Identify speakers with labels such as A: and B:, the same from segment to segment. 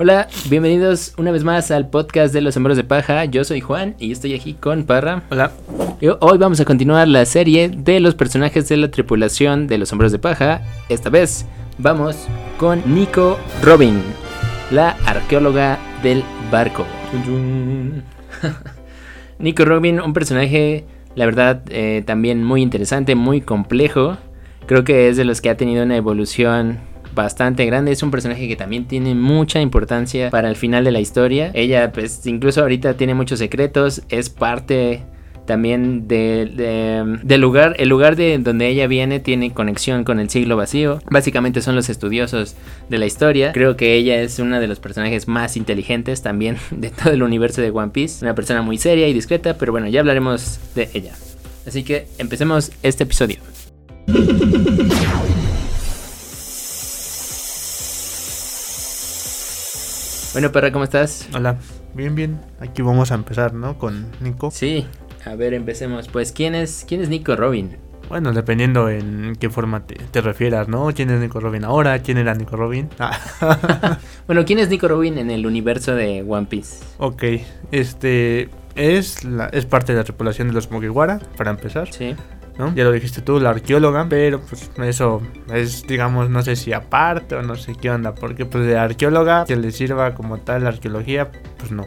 A: Hola, bienvenidos una vez más al podcast de los sombreros de paja. Yo soy Juan y estoy aquí con Parra.
B: Hola.
A: Y hoy vamos a continuar la serie de los personajes de la tripulación de los sombreros de paja. Esta vez vamos con Nico Robin, la arqueóloga del barco. Nico Robin, un personaje, la verdad, eh, también muy interesante, muy complejo. Creo que es de los que ha tenido una evolución bastante grande. Es un personaje que también tiene mucha importancia para el final de la historia. Ella, pues, incluso ahorita tiene muchos secretos. Es parte también del de, del lugar. El lugar de donde ella viene tiene conexión con el siglo vacío. Básicamente son los estudiosos de la historia. Creo que ella es una de los personajes más inteligentes también de todo el universo de One Piece. Una persona muy seria y discreta, pero bueno, ya hablaremos de ella. Así que empecemos este episodio. Bueno, Perra, ¿cómo estás?
B: Hola. Bien, bien. Aquí vamos a empezar, ¿no? Con Nico.
A: Sí, a ver, empecemos. Pues, ¿quién es, quién es Nico Robin?
B: Bueno, dependiendo en qué forma te, te refieras, ¿no? ¿Quién es Nico Robin ahora? ¿Quién era Nico Robin? Ah.
A: Bueno, ¿quién es Nico Robin en el universo de One Piece?
B: ok. Este es, la, es parte de la tripulación de los Mugiwara, para empezar.
A: Sí.
B: ¿no? Ya lo dijiste tú, la arqueóloga, pero pues eso es, digamos, no sé si aparte o no sé qué onda, porque pues de arqueóloga que le sirva como tal la arqueología, pues no.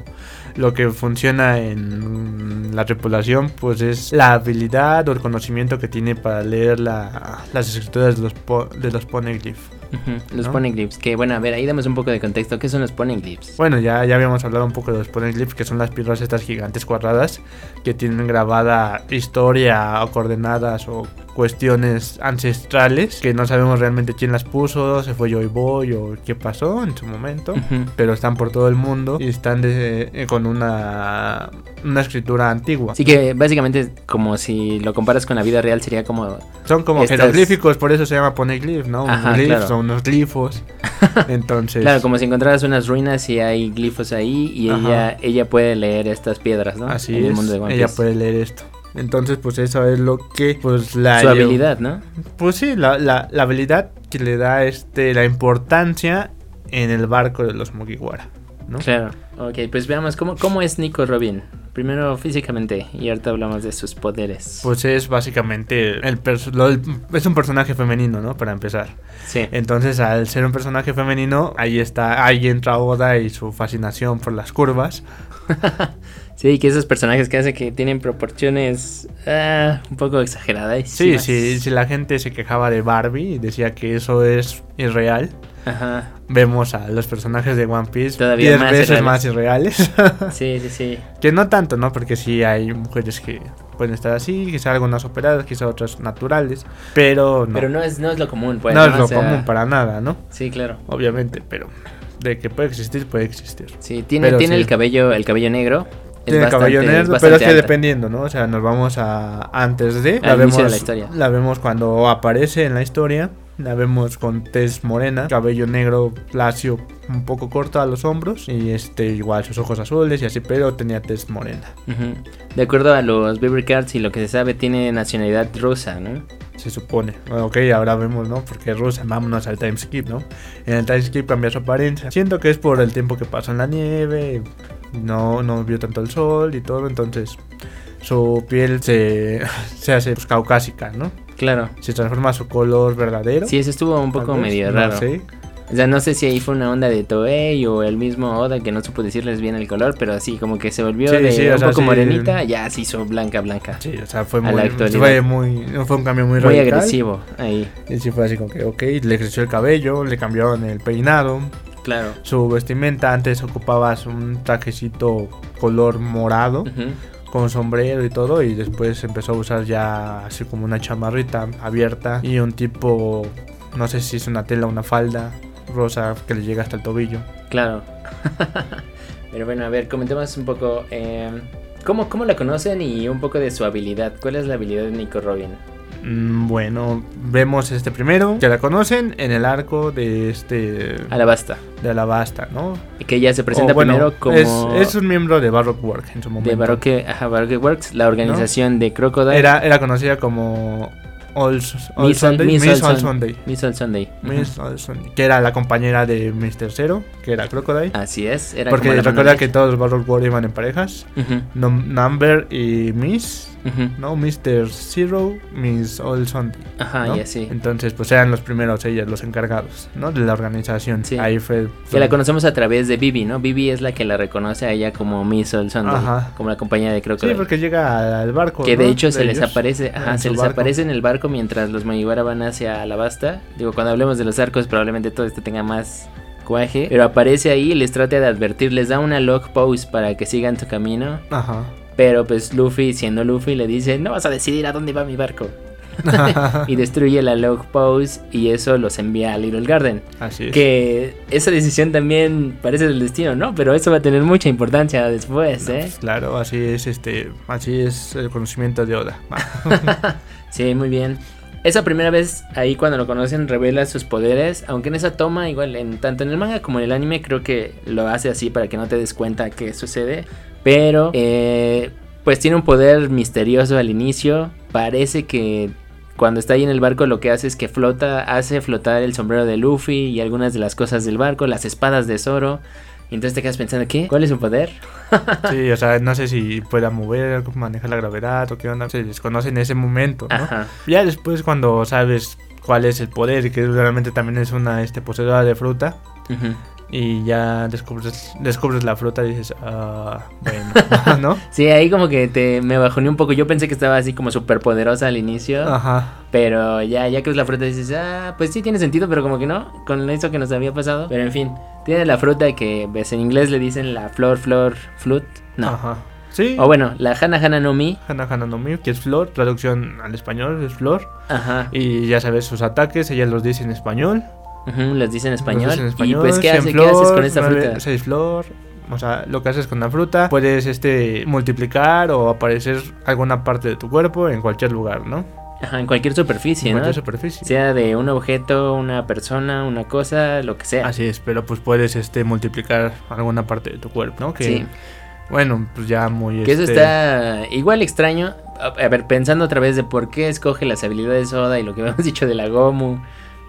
B: Lo que funciona en la tripulación, pues es la habilidad o el conocimiento que tiene para leer la- las escrituras de los, po- de los poneglyphs.
A: Ujú, Los
B: ¿No?
A: poneglyphs, que bueno, a ver, ahí damos un poco de contexto. ¿Qué son los poneglyphs?
B: Bueno, ya, ya habíamos hablado un poco de los poneglyphs, que son las piedras estas gigantes cuadradas que tienen grabada historia o coordenadas o cuestiones ancestrales que no sabemos realmente quién las puso, se fue Joy Boy o qué pasó en su momento.
A: Ujú.
B: Pero están por todo el mundo y están de- eh, con una, una escritura antigua.
A: Así que básicamente, como si lo comparas con la vida real, sería como.
B: Son como
A: Estas-
B: jeroglíficos, por eso se llama poneglyph, ¿no? Unos
A: este Ajá,
B: glyphs
A: claro.
B: o unos glifos. Entonces,
A: Claro, como si encontraras unas ruinas y hay glifos ahí y ella,
B: Ajá.
A: ella puede leer estas piedras, ¿no?
B: así
A: en
B: es,
A: el mundo de One
B: ella
A: Piece.
B: puede leer esto. Entonces, pues eso es lo que pues la
A: Su
B: llevó-
A: habilidad, ¿no?
B: Pues sí, la, la- la habilidad que le da este la importancia en el barco de los Mugiwara, ¿no?
A: Claro. Ok, pues veamos cómo, cómo es Nico Robin. Primero físicamente y ahorita hablamos de sus poderes.
B: Pues es básicamente el perso- lo del- es un personaje femenino, ¿no? Para empezar.
A: sí.
B: Entonces, al ser un personaje femenino, ahí está, ahí entra Oda y su fascinación por las curvas.
A: Sí, que esos personajes que hace que tienen proporciones ah, un poco exageradas.
B: Sí, sí, si la gente se quejaba de Barbie y decía que eso es irreal,
A: Ajá.
B: vemos a los personajes de One Piece
A: Todavía
B: 10
A: más
B: veces
A: irreales.
B: más irreales.
A: Sí, sí, sí.
B: Que no tanto, ¿no? Porque sí hay mujeres que pueden estar así, quizá algunas operadas, quizá otras naturales, pero no,
A: Pero no es, no es lo común, pues.
B: No es lo
A: O sea,
B: común para nada, ¿no?
A: Sí, claro.
B: Obviamente, pero de que puede existir, puede existir.
A: Sí, tiene,
B: Pero
A: tiene
B: sí.
A: el cabello, el cabello negro. Es
B: Tiene
A: bastante-
B: cabello negro, pero
A: bastante
B: es que
A: alta.
B: dependiendo, ¿no? O sea, nos vamos a antes de,
A: Al inicio de la historia.
B: la vemos cuando aparece en la historia, la vemos con tez morena, cabello negro lacio, un poco corto a los hombros y este igual sus ojos azules y así, pero tenía tez morena.
A: Ujú. De acuerdo a los Beaver Cards y lo que se sabe, tiene nacionalidad rusa, ¿no?
B: Se supone. Bueno, ok, ahora vemos, ¿no? Porque Rusia, vámonos al time skip, ¿no? En el time skip cambia su apariencia. Siento que es por el tiempo que pasó en la nieve, no, no vio tanto el sol y todo, entonces su piel se, se hace pues, caucásica, ¿no?
A: Claro.
B: Se transforma a su color verdadero.
A: Sí, eso estuvo un
B: tal
A: poco
B: vez,
A: medio
B: no
A: raro.
B: sé.
A: O sea, no sé si ahí fue una onda de Toei o el mismo Oda que no supo decirles bien el color, pero así como que se volvió
B: Sí,
A: de
B: sí, o
A: un
B: sea,
A: poco
B: sí.
A: morenita, ya se hizo blanca, blanca.
B: Sí, o sea, fue
A: A la
B: muy,
A: actualidad.
B: fue muy- fue un cambio muy,
A: Muy
B: radical.
A: agresivo ahí.
B: Y sí fue así como que, ok, le creció el cabello, le cambiaron el peinado,
A: Claro.
B: Su vestimenta antes ocupabas un trajecito color morado con sombrero y todo y después empezó a usar ya así como una chamarrita abierta y un tipo no sé si es una tela o una falda rosa que le llega hasta el tobillo.
A: Claro. pero bueno, a ver, comentemos un poco eh, ¿cómo, cómo la conocen y un poco de su habilidad. ¿Cuál es la habilidad de Nico Robin?
B: Mm, Bueno, vemos este primero, que la conocen en el arco de este
A: Alabasta.
B: de Alabasta, ¿no?
A: Que ella se presenta
B: O, Oh, bueno,
A: primero como
B: es, es un miembro de Baroque Work en su momento.
A: de Baroque, ajá, Baroque Works, la organización de Crocodile.
B: Era, era conocida como All, All
A: Miss All-
B: Sunday.
A: Miss
B: Miss
A: All
B: All
A: Sun-
B: Sunday.
A: Miss All Sunday. Ujú.
B: Miss All Sunday, Que era la compañera de Mr. Zero, que era Crocodile.
A: Así es. Ah, Era
B: porque
A: como la
B: recuerda
A: mano
B: que todos los Battle War iban en parejas.
A: derecha.
B: Num- Number y Miss.
A: Ujú, ujú.
B: No, Mr. Zero, Miss All Sunday.
A: Ajá,
B: ¿no?
A: ya sí.
B: Entonces, pues eran los primeros ellos, los encargados, ¿no? De la organización.
A: Sí.
B: Ahí fue.
A: Que la conocemos a través de Bibi, ¿no? Bibi es la que la reconoce a ella como Miss All Sunday.
B: Ajá.
A: Como la compañía de
B: Sí,
A: Crocodile.
B: porque llega al barco.
A: Que de
B: ¿no?
A: hecho se les
B: ellos.
A: aparece, ajá,
B: en
A: se
B: su
A: les
B: barco.
A: aparece en el barco mientras los Mugiwara van hacia Alabasta. Digo, cuando hablemos de los arcos, probablemente todo esto tenga más cuaje. Pero aparece ahí y les trata de advertir, les da una lock pose para que sigan su camino.
B: Ajá.
A: Pero pues Luffy, siendo Luffy, le dice, no vas a decidir a dónde va mi barco. Y destruye la log pose y eso los envía a Little Garden.
B: Así es.
A: Que esa decisión también parece del destino, ¿no? Pero eso va a tener mucha importancia después,
B: No,
A: ¿eh?
B: pues, claro, así es este, así es el conocimiento de Oda.
A: Sí, muy bien. Esa primera vez ahí cuando lo conocen revela sus poderes, aunque en esa toma igual en tanto en el manga como en el anime creo que lo hace así para que no te des cuenta que sucede, pero eh, pues tiene un poder misterioso al inicio, parece que cuando está ahí en el barco lo que hace es que flota, hace flotar el sombrero de Luffy y algunas de las cosas del barco, las espadas de Zoro, y entonces te quedas pensando, ¿qué? ¿Cuál es su poder?
B: Sí, o sea, no sé si pueda mover, manejar la gravedad o qué onda. Se desconoce en ese momento, ¿no?
A: Ajá.
B: Ya después cuando sabes cuál es el poder, que realmente también es una este, poseedora de fruta,
A: Ujú.
B: y ya descubres, descubres la fruta y dices, ah, bueno, ¿no?
A: Sí, ahí como que te me bajoné un poco. Yo pensé que estaba así como súper poderosa al inicio.
B: Ajá.
A: Pero ya, ya que es la fruta dices, ah, pues sí tiene sentido, pero como que no, con eso que nos había pasado. Pero en fin, tiene la fruta que ves en inglés le dicen la flor, flor, flut. No.
B: Ajá. Sí.
A: O bueno, la hana hana no mi.
B: Hana Hana no Mi, que es flor, traducción al español es flor.
A: Ajá.
B: Y ya sabes sus ataques, ella los dice en español.
A: Ujú, los dicen en español.
B: Los dice en
A: y
B: español,
A: pues ¿qué,
B: cien
A: hace- qué
B: flor,
A: haces con esta
B: nueve-
A: fruta?
B: Seis flor. O sea, lo que haces con la fruta, puedes este multiplicar o aparecer alguna parte de tu cuerpo en cualquier lugar, ¿no?
A: Ajá, en cualquier superficie,
B: en
A: ¿no? eh.
B: cualquier superficie.
A: Sea de un objeto, una persona, una cosa, lo que sea.
B: Así es, pero pues puedes este multiplicar alguna parte de tu cuerpo, ¿no? Que
A: Sí.
B: bueno, pues ya muy
A: Que eso
B: este,
A: está igual extraño. A a ver, pensando a través de por qué escoge las habilidades Soda y lo que habíamos dicho de la Gomu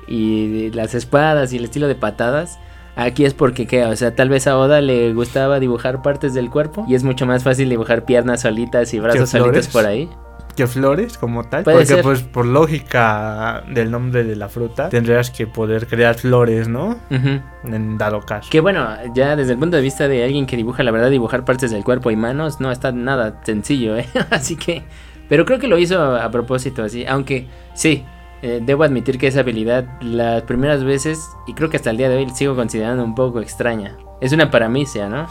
A: y de las espadas y el estilo de patadas. Aquí es porque, ¿qué? O sea, tal vez a Oda le gustaba dibujar partes del cuerpo y es mucho más fácil dibujar piernas solitas y brazos solitos
B: flores?
A: por ahí.
B: que flores como tal.
A: Puede
B: Porque
A: ser.
B: pues por lógica del nombre de la fruta tendrías que poder crear flores, ¿no?
A: Ujú.
B: En dado caso.
A: Que bueno, ya desde el punto de vista de alguien que dibuja, la verdad, dibujar partes del cuerpo y manos no está nada sencillo, ¿eh? Así que. Pero creo que lo hizo a propósito, así. Aunque sí, eh, debo admitir que esa habilidad las primeras veces, y creo que hasta el día de hoy, sigo considerando un poco extraña. Es una paramicia, ¿no?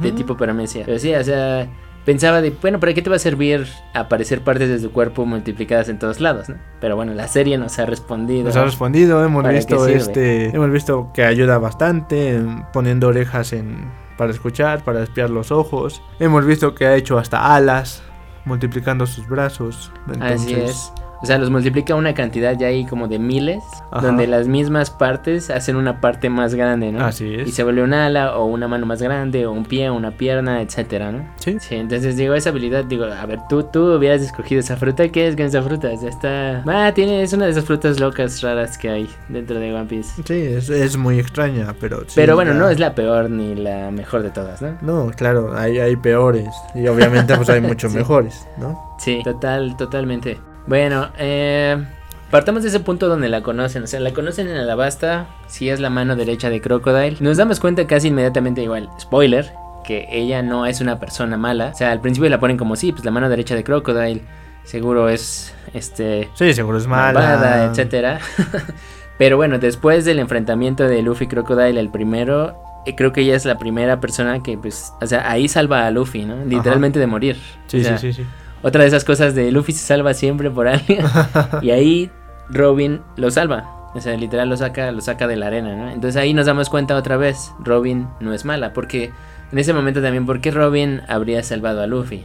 A: De
B: Ujú.
A: tipo paramicia. Pero sí, o sea, pensaba de, bueno, ¿para qué te va a servir aparecer partes de tu cuerpo multiplicadas en todos lados, ¿no? Pero bueno, la serie nos ha respondido.
B: Nos ha respondido, hemos
A: ¿Para qué
B: visto
A: sirve?
B: este, hemos visto que ayuda bastante en poniendo orejas en para escuchar, para espiar los ojos. Hemos visto que ha hecho hasta alas, multiplicando sus brazos.
A: Así
B: Entonces,
A: es. O sea, los multiplica una cantidad ya ahí como de miles,
B: Ajá.
A: donde las mismas partes hacen una parte más grande, ¿no?
B: Así es.
A: Y se vuelve un ala o una mano más grande o un pie, una pierna, etcétera, ¿no?
B: Sí.
A: Sí, entonces digo, esa habilidad, digo, a ver, tú, tú hubieras escogido esa fruta, ¿qué es con esa fruta? O sea, está... Ah, tiene, es una de esas frutas locas raras que hay dentro de One Piece.
B: Sí, es, es muy extraña, pero sí,
A: Pero bueno,
B: ya-
A: no es la peor ni la mejor de todas, ¿no?
B: No, claro, hay, hay peores y obviamente pues hay mucho
A: Sí.
B: mejores, ¿no?
A: Sí, total, totalmente. Bueno, eh, partamos de ese punto donde la conocen. O sea, la conocen en Alabasta, si es la mano derecha de Crocodile. Nos damos cuenta casi inmediatamente, igual, spoiler, que ella no es una persona mala. O sea, al principio la ponen como sí, pues la mano derecha de Crocodile seguro es este
B: Sí, seguro es mala,
A: malvada, etcétera. Pero bueno, después del enfrentamiento de Luffy y Crocodile, el primero, eh, creo que ella es la primera persona que, pues, o sea, ahí salva a Luffy, ¿no? Literalmente de morir.
B: Sí,
A: O sea,
B: sí, sí, sí.
A: otra de esas cosas de Luffy se salva siempre por alguien. y ahí Robin lo salva. O sea, literal lo saca, lo saca de la arena, ¿no? Entonces ahí nos damos cuenta otra vez, Robin no es mala, porque en ese momento también, ¿por qué Robin habría salvado a Luffy?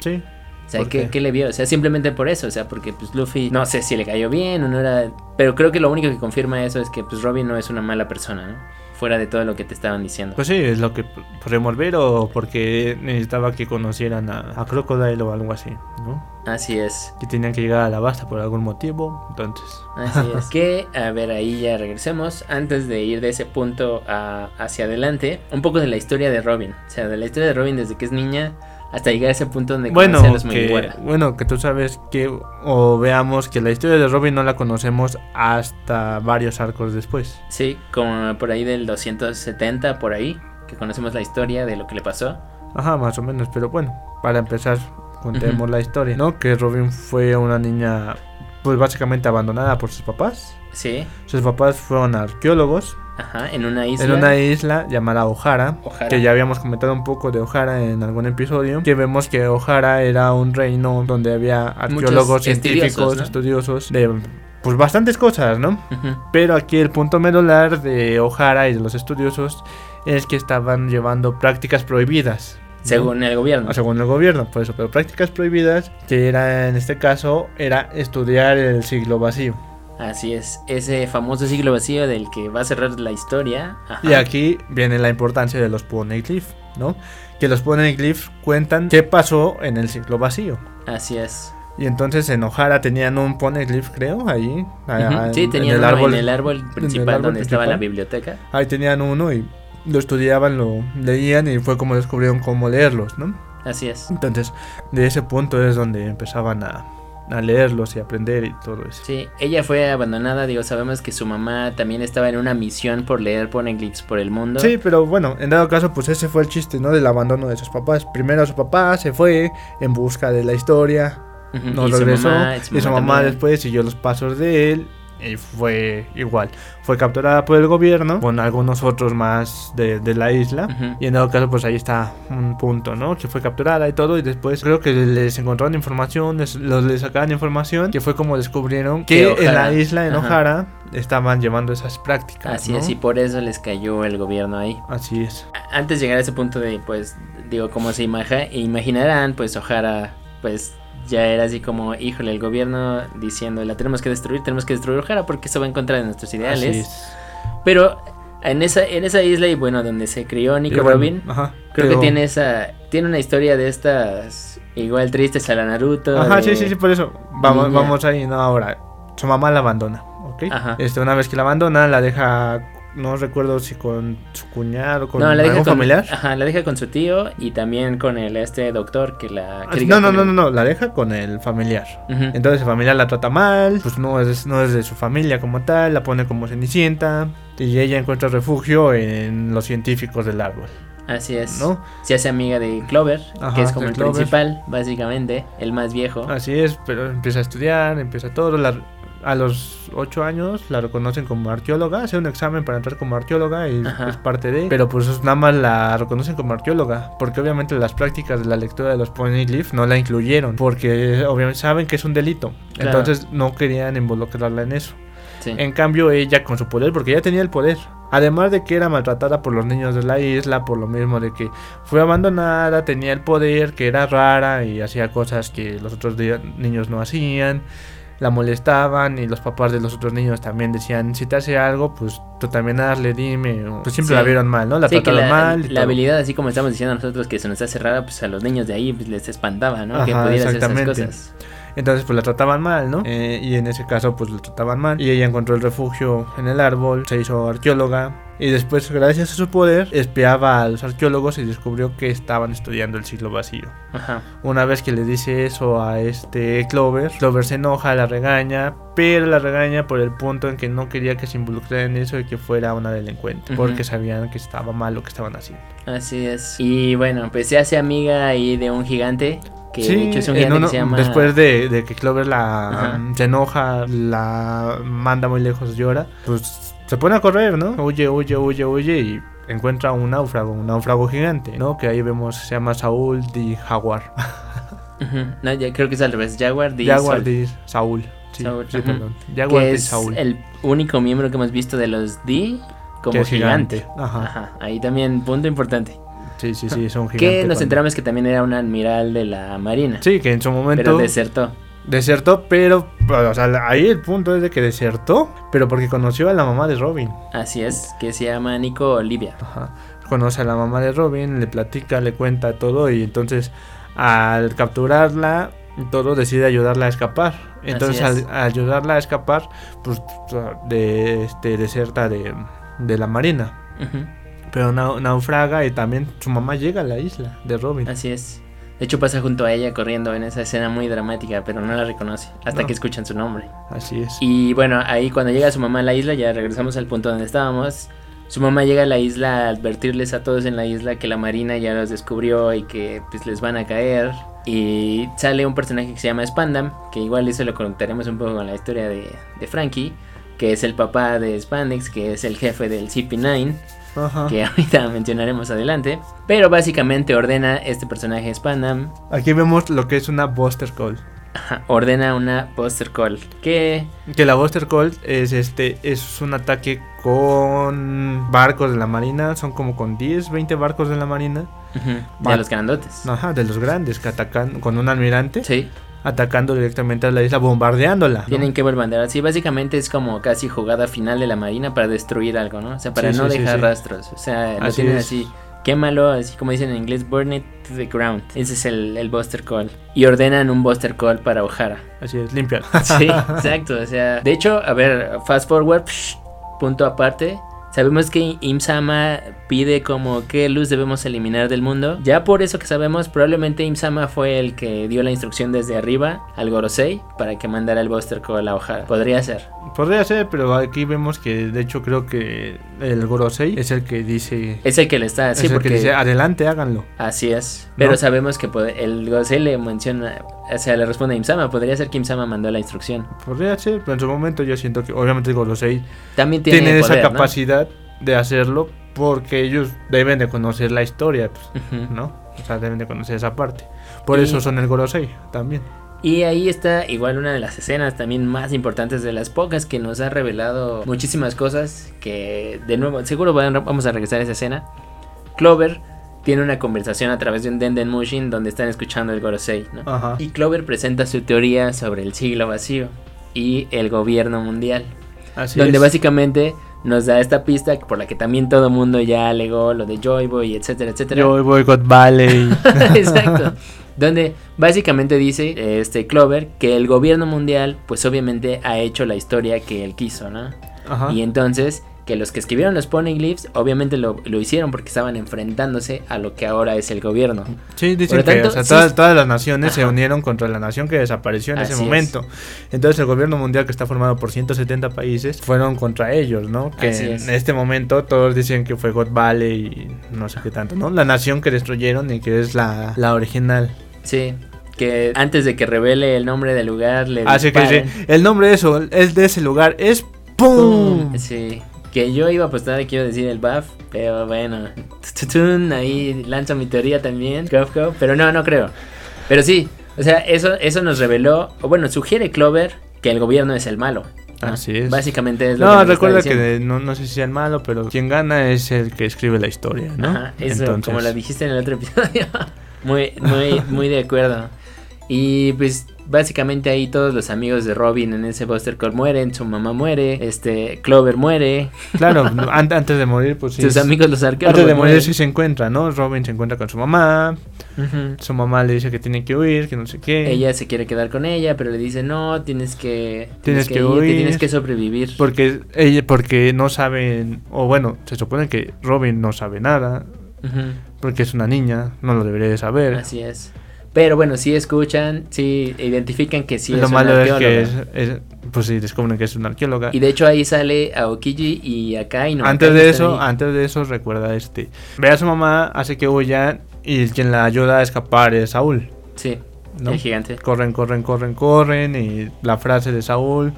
B: Sí.
A: O sea,
B: ¿Por
A: ¿qué,
B: qué?
A: qué le vio? O sea, simplemente por eso, o sea, porque pues Luffy, no sé si le cayó bien o no era... Pero creo que lo único que confirma eso es que pues Robin no es una mala persona, ¿no? fuera de todo lo que te estaban diciendo.
B: Pues sí, es lo que p- remover o porque necesitaba que conocieran a, a Crocodile o algo así, ¿no?
A: Así es,
B: Que tenían que llegar a la basta por algún motivo, entonces.
A: así es. Que, a ver, ahí ya regresemos. Antes de ir de ese punto a- hacia adelante, un poco de la historia de Robin. O sea, de la historia de Robin desde que es niña hasta llegar a ese punto donde
B: Bueno
A: conoce a los
B: que,
A: Mugiwara.
B: bueno, que tú sabes que, o veamos que la historia de Robin no la conocemos hasta varios arcos después.
A: Sí, como por ahí del 270, por ahí, que conocemos la historia de lo que le pasó.
B: Ajá, más o menos, pero bueno, para empezar, contemos la historia, ¿no? Que Robin fue una niña, pues básicamente abandonada por sus papás.
A: Sí,
B: Sus papás fueron arqueólogos
A: ajá, en una isla.
B: en una isla llamada O'Hara,
A: Ojara.
B: que ya habíamos comentado un poco de O'Hara en algún episodio, que vemos que O'Hara era un reino donde había arqueólogos,
A: Muchos
B: científicos,
A: estudiosos, ¿no?
B: estudiosos de pues bastantes cosas, ¿no?
A: Ujú.
B: Pero aquí el punto medular de O'Hara y de los estudiosos es que estaban llevando prácticas prohibidas. ¿no?
A: Según el gobierno.
B: Ah, según el gobierno, por eso, pero prácticas prohibidas, que era en este caso, era estudiar el siglo vacío.
A: Así es, ese famoso siglo vacío del que va a cerrar la historia. Ajá.
B: Y aquí viene la importancia de los poneglyphs, ¿no? Que los poneglyphs cuentan qué pasó en el siglo vacío.
A: Así es.
B: Y entonces en O'Hara tenían un poneglyph, creo, ahí. a-
A: Ujú. Sí,
B: Ah, en-
A: tenían
B: en el
A: uno
B: árbol.
A: en el árbol principal
B: árbol
A: donde estaba la
B: principal.
A: biblioteca.
B: Ahí tenían uno y lo estudiaban, lo leían y fue como descubrieron cómo leerlos, ¿no?
A: Así es.
B: Entonces, de ese punto es donde empezaban a, a leerlos y aprender y todo eso.
A: Sí, ella fue abandonada, digo, sabemos que su mamá también estaba en una misión por leer poneglyphs por el mundo.
B: Sí, pero bueno, en dado caso, pues ese fue el chiste, ¿no? Del abandono de sus papás. Primero su papá se fue en busca de la historia,
A: Ujú,
B: no
A: y su
B: regresó,
A: mamá- y su mamá también.
B: después siguió los pasos de él y fue igual. Fue capturada por el gobierno con algunos otros más de, de la isla.
A: Ujú.
B: Y en dado caso, pues ahí está un punto, ¿no? Que fue capturada y todo. Y después creo que les encontraron información, les, los, les sacaban información. Que fue como descubrieron
A: Que
B: que, en
A: Ojara.
B: la isla, en
A: Ajá.
B: Ojara, estaban llevando esas prácticas.
A: Así
B: ¿no?
A: es, y por eso les cayó el gobierno ahí.
B: Así es.
A: A- Antes de llegar a ese punto de, pues, digo, como se imaja- e imaginarán, pues O'Hara, pues ya era así como, híjole, el gobierno diciendo, la tenemos que destruir, tenemos que destruir O'Hara porque eso va en contra de nuestros
B: Así
A: ideales.
B: es.
A: Pero en esa, en esa isla y bueno, donde se crió Nico
B: Y bueno,
A: Robin,
B: ajá,
A: creo
B: pero-
A: que tiene esa, tiene una historia de estas igual tristes a la Naruto.
B: Ajá,
A: de-
B: sí, sí, sí, por eso. Vamos,
A: niña.
B: vamos ahí, no, ahora. Su mamá la abandona, ¿ok?
A: Ajá.
B: Este, una vez que la abandona, la deja, no recuerdo si con su cuñado o con
A: No, la deja
B: algún
A: con, Ah,
B: familiar.
A: Ajá, la deja con su tío y también con el este doctor que la
B: Ah,
A: criga
B: No, no,
A: con
B: no,
A: el-
B: no, no, la deja con el familiar.
A: Ujú.
B: Entonces el familiar la trata mal, pues no es, no es de su familia como tal, la pone como cenicienta y ella encuentra refugio en los científicos del árbol,
A: Así es.
B: ¿no?
A: Se hace amiga de Clover,
B: Ajá,
A: que es como
B: de
A: el
B: Clover. Ah,
A: principal, básicamente, el más viejo.
B: Así es, pero empieza a estudiar, empieza todo. la- a los 8 años la reconocen como arqueóloga, hace un examen para entrar como arqueóloga y
A: Ajá.
B: es parte de. Pero pues nada más la reconocen como arqueóloga, porque obviamente las prácticas de la lectura de los poneglyphs no la incluyeron, porque obviamente saben que es un delito.
A: Claro.
B: Entonces no querían involucrarla en eso.
A: Sí.
B: En cambio, ella con su poder, porque ella tenía el poder. Además de que era maltratada por los niños de la isla, por lo mismo de que fue abandonada, tenía el poder, que era rara y hacía cosas que los otros di- niños no hacían, la molestaban y los papás de los otros niños también decían, si te hace algo, pues tú también hazle, dime. o- Pues siempre
A: Sí.
B: la vieron mal, ¿no? La
A: Sí, que
B: trataron
A: la,
B: mal. y
A: la
B: todo.
A: habilidad, así como estamos diciendo nosotros, que se nos hace rara, pues a los niños de ahí pues, les espantaba, ¿no? que pudiera
B: Ajá,
A: hacer esas
B: exactamente.
A: cosas.
B: Entonces pues la trataban mal, ¿no? Eh, y en ese caso pues la trataban mal. Y ella encontró el refugio en el árbol, se hizo arqueóloga. Y después, gracias a su poder, espiaba a los arqueólogos y descubrió que estaban estudiando el siglo vacío.
A: Ajá.
B: Una vez que le dice eso a este Clover, Clover se enoja, la regaña, pero la regaña por el punto en que no quería que se involucrara en eso y que fuera una delincuente,
A: Ujú.
B: porque sabían que estaba mal lo que estaban haciendo.
A: Así es. Y bueno, pues se hace amiga ahí de un gigante, que de hecho es un
B: en
A: gigante
B: uno-
A: que se llama...
B: después de, de que Clover la
A: Ajá.
B: se enoja, la manda muy lejos, llora, pues se pone a correr, ¿no? Huye, huye, huye, huye y encuentra un náufrago, un náufrago gigante, ¿no? Que ahí vemos se llama Saúl de Jaguar.
A: Ujú. No, ya creo que es al revés, Jaguar de
B: Jaguar
A: Sol,
B: de Saúl. Sí,
A: Saúl,
B: sí,
A: ajá.
B: perdón. Jaguar
A: que
B: de
A: es
B: Saúl.
A: el único miembro que hemos visto de los D como
B: Que es
A: gigante.
B: Ajá.
A: Ajá, ahí también punto importante.
B: Sí, sí, sí, es un gigante.
A: Que nos
B: cuando-
A: enteramos que también era un admiral de la Marina.
B: Sí, que en su momento
A: Pero desertó.
B: Desertó, pero, pero, o sea, ahí el punto es de que desertó, pero porque conoció a la mamá de Robin.
A: Así es, que se llama Nico Olivia.
B: Ajá. Conoce a la mamá de Robin, le platica, le cuenta todo y entonces al capturarla, Toro decide ayudarla a escapar. Entonces
A: Así es.
B: al, al ayudarla a escapar, pues de, este, deserta de, de la marina.
A: Ujú,
B: Pero nau- naufraga y también su mamá llega a la isla de Robin.
A: Así es. De hecho pasa junto a ella corriendo en esa escena muy dramática, pero no la reconoce hasta
B: No.
A: que escuchan su nombre.
B: Así es.
A: Y bueno, ahí cuando llega su mamá a la isla, ya regresamos al punto donde estábamos. Su mamá llega a la isla a advertirles a todos en la isla que la marina ya los descubrió y que pues les van a caer. Y sale un personaje que se llama Spandam, que igual eso lo conectaremos un poco con la historia de, de Frankie, que es el papá de Spandex, que es el jefe del CP9
B: Ajá.
A: que ahorita mencionaremos adelante. Pero básicamente ordena este personaje Spandam,
B: Aquí vemos lo que es una Buster Call.
A: ajá, ordena una Buster Call, que
B: Que la Buster Call es este es un ataque con barcos de la marina, son como con 10, 20 barcos de la marina,
A: ujú, de
B: Vale.
A: los grandotes.
B: ajá, de los grandes que atacan con un almirante,
A: Sí,
B: atacando directamente a la isla, bombardeándola. ¿no?
A: tienen que volver Sí, básicamente es como casi jugada final de la marina para destruir algo, ¿no? O sea, para
B: Sí,
A: no
B: sí, sí,
A: dejar
B: sí.
A: rastros. O sea, lo
B: Así
A: tienen
B: es.
A: así. Quémalo, así como dicen en inglés, burn it to the ground. Ese es el, el Buster Call. Y ordenan un Buster Call para O'Hara.
B: Así es, limpia.
A: Sí, exacto. O sea, de hecho, a ver, fast forward, psh, punto aparte. Sabemos que Imsama pide como qué luz debemos eliminar del mundo. Ya por eso que sabemos, probablemente Imsama fue el que dio la instrucción desde arriba al Gorosei para que mandara el Buster Call a O'Hara. Podría ser.
B: Podría ser, pero aquí vemos que de hecho creo que el Gorosei es el que dice,
A: Es el que le está,
B: es
A: Eh, sí,
B: el
A: porque
B: que dice, adelante, háganlo.
A: así es. Pero
B: No.
A: sabemos que pod- el Gorosei le menciona, o sea, le responde a Imsama. Podría ser que Imsama mandó la instrucción.
B: Podría ser, pero en su momento yo siento que obviamente el Gorosei
A: También tiene,
B: tienen esa
A: poder, ¿no?
B: capacidad de hacerlo porque ellos deben de conocer la historia, pues,
A: Ujú.
B: ¿no? O sea, deben de conocer esa parte. Por
A: Y-
B: eso son el Gorosei también.
A: Y ahí está igual una de las escenas también más importantes de las pocas que nos ha revelado muchísimas cosas que de nuevo seguro van- vamos a regresar a esa escena. Clover tiene una conversación a través de un Denden Mushin donde están escuchando el Gorosei, ¿no?
B: Ajá.
A: Y Clover presenta su teoría sobre el siglo vacío y el gobierno mundial,
B: Así
A: donde
B: es.
A: básicamente nos da esta pista por la que también todo mundo ya alegó lo de Joy Boy, etcétera, etcétera.
B: Yo boicot Valley.
A: Exacto. Donde básicamente dice eh, este Clover que el gobierno mundial, pues obviamente ha hecho la historia que él quiso, ¿no?
B: Ajá.
A: Y entonces que los que escribieron los poneglyphs, obviamente lo, lo hicieron porque estaban enfrentándose a lo que ahora es el gobierno.
B: Sí,
A: Por
B: dicen
A: lo
B: que
A: tanto,
B: o sea,
A: sí
B: todas,
A: es-
B: todas las naciones se
A: Ajá.
B: unieron contra la nación que desapareció en
A: Así
B: ese
A: es.
B: momento. Entonces el gobierno mundial que está formado por 170 países fueron contra ellos, ¿no? Que
A: Así
B: en
A: es.
B: este momento todos dicen que fue God Valley y no sé qué tanto, ¿no? La nación que destruyeron y que es la, la original.
A: Sí. Que antes de que revele el nombre del lugar le
B: Así que
A: disparen.
B: Ah, sí, el nombre de eso, es de ese lugar es ¡Pum! Mm.
A: ¡Pum! Sí. Que yo iba a apostar que iba a decir el buff, pero bueno. Tututun, Ahí lanzo mi teoría también. Cof, cof, Pero no, no creo. Pero sí, o sea, eso, eso nos reveló, o bueno, sugiere Clover que el gobierno es el malo. ¿no?
B: Así es.
A: Básicamente es lo que
B: No,
A: nos está
B: recuerda
A: diciendo.
B: que no, no sé si sea el malo, pero quien gana es el que escribe la historia, ¿no?
A: Ajá, eso, como lo
B: dije.
A: dijiste en el otro episodio. muy, muy, muy de acuerdo. Y pues básicamente ahí todos los amigos de Robin en ese Buster Call mueren, su mamá muere, este Clover muere,
B: Claro, an- antes de morir, pues sí.
A: sus
B: es-
A: amigos los arqueólogos
B: Antes de morir
A: mueren.
B: sí se encuentra, ¿no? Robin se encuentra con su mamá,
A: Ujú.
B: su mamá le dice que tiene que huir, que no sé qué.
A: Ella se quiere quedar con ella, pero le dice, no, tienes que...
B: Tienes que
A: irte,
B: huir".
A: Tienes que sobrevivir.
B: Porque ella, porque no saben, o bueno, se supone que Robin no sabe nada,
A: Ujú,
B: porque es una niña, no lo debería de saber.
A: Así es. Pero bueno, sí escuchan, sí identifican que sí
B: lo
A: es
B: malo
A: un
B: es que es,
A: arqueólogo.
B: es- pues sí, descubren que es una arqueóloga.
A: Y de hecho ahí sale Aokiji y Akainu.
B: antes
A: Akainu
B: de
A: está
B: eso,
A: ahí.
B: antes de eso recuerda este, ve a su mamá, hace que huyan y quien la ayuda a escapar es Saúl.
A: Sí,
B: ¿no?
A: el gigante.
B: corren, corren, corren, corren. Y la frase de Saúl,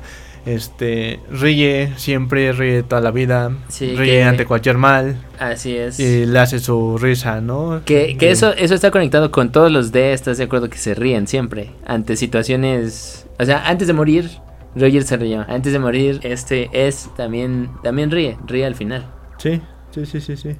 B: este, ríe, siempre ríe toda la vida,
A: Sí,
B: ríe
A: que-
B: ante cualquier mal.
A: Así es.
B: Y le hace su risa, ¿no?
A: Que, que
B: Y-
A: eso, eso está conectado con todos los D, estás de acuerdo que se ríen siempre. Ante situaciones. O sea, antes de morir, Roger se rió. Antes de morir, este es también, también ríe, ríe al final.
B: Sí, sí, sí, sí, sí.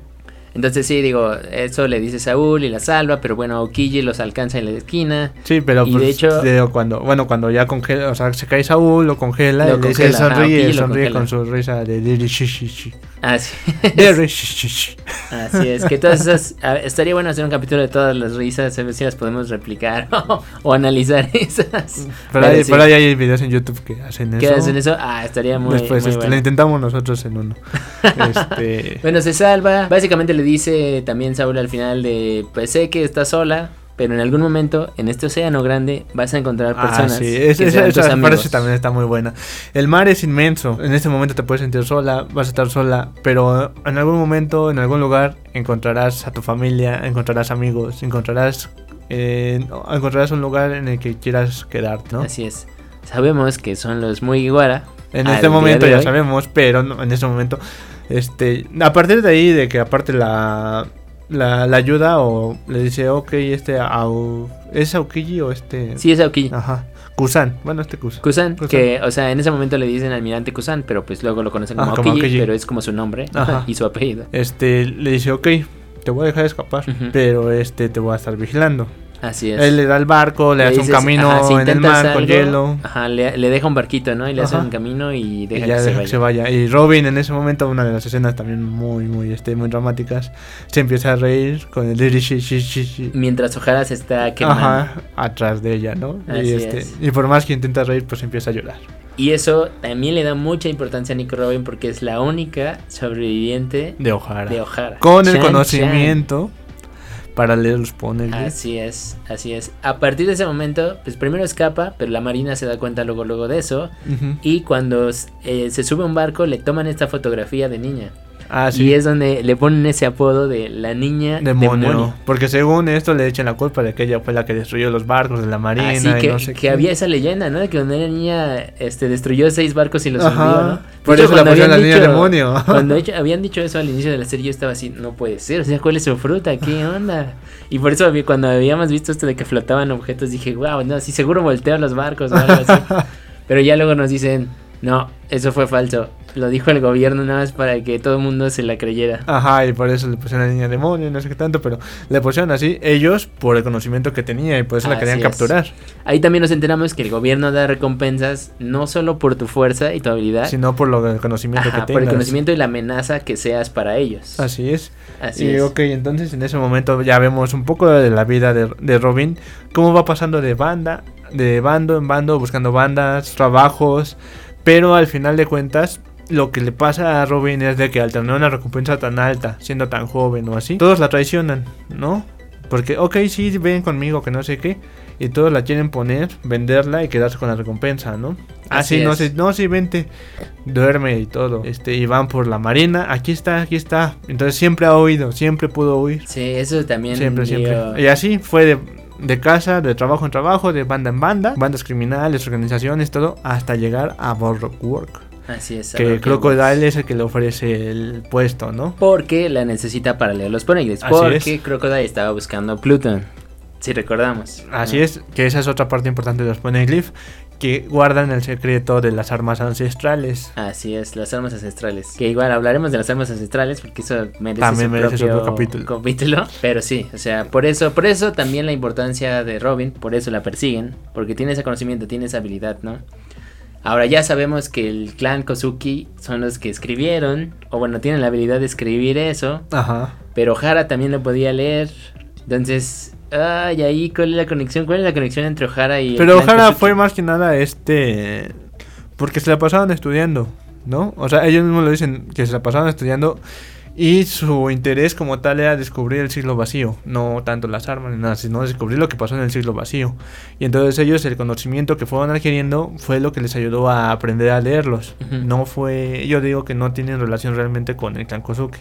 A: Entonces sí, digo, eso le dice Saúl y la salva, pero bueno, Aokiji los alcanza en la esquina.
B: Sí, pero pues,
A: Y de hecho-
B: digo, cuando, bueno, cuando ya congela, o sea, se cae Saúl, lo congela,
A: Lo
B: y le dice,
A: congela, ajá,
B: sonríe,
A: Aokiji lo
B: sonríe
A: congela.
B: con su risa de "Diri shi shi shi".
A: Así es.
B: Diri shi shi shi.
A: Así es, que todas esas... a- Estaría bueno hacer un capítulo de todas las risas, a ver si las podemos replicar o, o analizar esas.
B: Mm, Por
A: Pero
B: ahí,
A: sí,
B: por ahí hay videos en YouTube que hacen
A: ¿Qué
B: eso.
A: hacen eso? Ah, estaría muy,
B: Después
A: muy
B: este, lo
A: bueno.
B: intentamos nosotros en uno. Este,
A: Bueno, se salva. Básicamente le dice también Saúl al final de, pues sé que estás sola, pero en algún momento en este océano grande vas a encontrar personas.
B: Ah, sí, es-
A: que
B: esa-
A: sean tus
B: esa
A: amigos".
B: frase también está muy buena. El mar es inmenso. En este momento te puedes sentir sola, vas a estar sola, pero en algún momento, en algún lugar, encontrarás a tu familia, encontrarás amigos, encontrarás, eh, encontrarás un lugar en el que quieras quedarte, ¿no?
A: Así es. Sabemos que son los muy iguara.
B: En
A: Al
B: este
A: día
B: momento
A: de
B: ya
A: hoy.
B: sabemos, pero no- en este momento, este, a partir de ahí, de que aparte la, la, la ayuda o le dice, ok, este, Au- ¿es Aokiji o este?
A: Sí, es Aoki.
B: Ajá, Kusan, bueno, este Kusan.
A: Kusan,
B: Kusan.
A: que, o sea, en ese momento le dicen almirante Kusan, pero pues luego lo conocen como,
B: Ah, como
A: Aokiji,
B: Aokiji.
A: pero es como su nombre
B: Ajá.
A: y su apellido.
B: este le dice ok te voy a dejar escapar
A: Ujú.
B: pero este te voy a estar vigilando
A: Así es.
B: él le da el barco le, hace
A: dices,
B: un camino
A: ajá, si
B: en el
A: intentas
B: mar con
A: algo,
B: hielo
A: Ajá, le, le deja un barquito, ¿no? Y le hace
B: Ajá.
A: un camino y
B: y
A: deja
B: ya
A: que
B: deja que se vaya y Robin en ese momento una de las escenas también muy muy este muy dramáticas se empieza a reír con el "Diri shi shi shi shi".
A: Mientras Ojara se está quemando.
B: Ajá, atrás de ella no
A: Así
B: y, este,
A: es.
B: y por más que intenta reír pues empieza a llorar
A: Y eso también le da mucha importancia a Nico Robin porque es la única sobreviviente
B: de O'Hara
A: de O'Hara.
B: con
A: Chan,
B: el
A: chan.
B: conocimiento para leer los poneglyphs
A: Así es, así es. A partir de ese momento, pues primero escapa, pero la marina se da cuenta luego luego de eso.
B: Ujú.
A: Y cuando eh, se sube a un barco, le toman esta fotografía de niña.
B: ah,
A: Y es donde le ponen ese apodo de la niña
B: Demonio.
A: demonio.
B: Porque según esto le echan la culpa de que ella fue la que destruyó los barcos de la marina.
A: Así
B: y
A: Ah, que,
B: no sé
A: que
B: qué.
A: había esa leyenda, ¿no? De que cuando era niña este, destruyó seis barcos y los
B: Ajá.
A: hundió, ¿no? De
B: Por
A: hecho,
B: eso la
A: cuando
B: pusieron la
A: habían
B: niña
A: dicho-
B: demonio.
A: Cuando hecho- habían dicho eso al inicio de la serie, yo estaba así, no puede ser, o sea, ¿cuál es su fruta? ¿Qué onda? Y por eso habí- cuando habíamos visto esto de que flotaban objetos, dije, wow, no, sí, seguro volteó los barcos o algo así. Pero ya luego nos dicen, no, eso fue falso. Lo dijo el gobierno nada más para que todo el mundo se la creyera.
B: Ajá, y por eso le pusieron la niña demonio y no sé qué tanto, pero le pusieron así ellos por el conocimiento que tenía y por eso la
A: Así
B: querían
A: es.
B: capturar,
A: Ahí también nos enteramos que el gobierno da recompensas no solo por tu fuerza y tu habilidad,
B: sino por lo, el conocimiento
A: Ajá,
B: que tenía.
A: por el conocimiento y la amenaza que seas para ellos.
B: Así es.
A: Así
B: y
A: es.
B: ok, entonces en ese momento ya vemos un poco de la vida de, de Robin, cómo va pasando de banda, de bando en bando, buscando bandas, trabajos, pero al final de cuentas lo que le pasa a Robin es de que al tener una recompensa tan alta, siendo tan joven o así, todos la traicionan, ¿no? Porque, ok, sí, ven conmigo, que no sé qué, y todos la quieren poner, venderla y quedarse con la recompensa, ¿no?
A: Así
B: Así, no,
A: es.
B: sé, no, sí, vente, duerme y todo. Este, y van por la marina, aquí está, aquí está. Entonces siempre ha oído, siempre pudo oír.
A: Sí, eso también.
B: Siempre,
A: digo,
B: siempre. Y así fue de, de casa, de trabajo en trabajo, de banda en banda, bandas criminales, organizaciones, todo, hasta llegar a Borrock Work.
A: Así es. algo
B: Que Crocodile es el que le ofrece el puesto, ¿no?
A: Porque la necesita para leer los poneglyphs.
B: Así
A: Porque
B: es.
A: Crocodile estaba buscando a Pluton. Si recordamos. Ah,
B: Así es, que esa es otra parte importante de los Poneglyph, que guardan el secreto de las armas ancestrales.
A: Así es, las armas ancestrales. Que igual hablaremos de las armas ancestrales porque eso merece,
B: También
A: su,
B: merece su
A: propio
B: propio capítulo.
A: capítulo. Pero sí, o sea, por eso, por eso también la importancia de Robin, por eso la persiguen, porque tiene ese conocimiento, tiene esa habilidad, ¿no? Ahora ya sabemos que el clan Kozuki son los que escribieron, o bueno, tienen la habilidad de escribir eso,
B: Ajá.
A: pero Ohara también lo podía leer. Entonces, ay, ahí, ¿cuál es la conexión? ¿Cuál es la conexión entre Ohara y el
B: Pero
A: clan
B: O'Hara
A: Kozuki?
B: fue más que nada este. Porque se la pasaban estudiando, ¿no? O sea, ellos mismos lo dicen que se la pasaban estudiando. Y su interés como tal era descubrir el siglo vacío, no tanto las armas ni nada, sino descubrir lo que pasó en el siglo vacío. Y entonces ellos el conocimiento que fueron adquiriendo fue lo que les ayudó a aprender a leerlos.
A: Ujú.
B: No fue, yo digo que no tienen relación realmente con el clan Kozuki,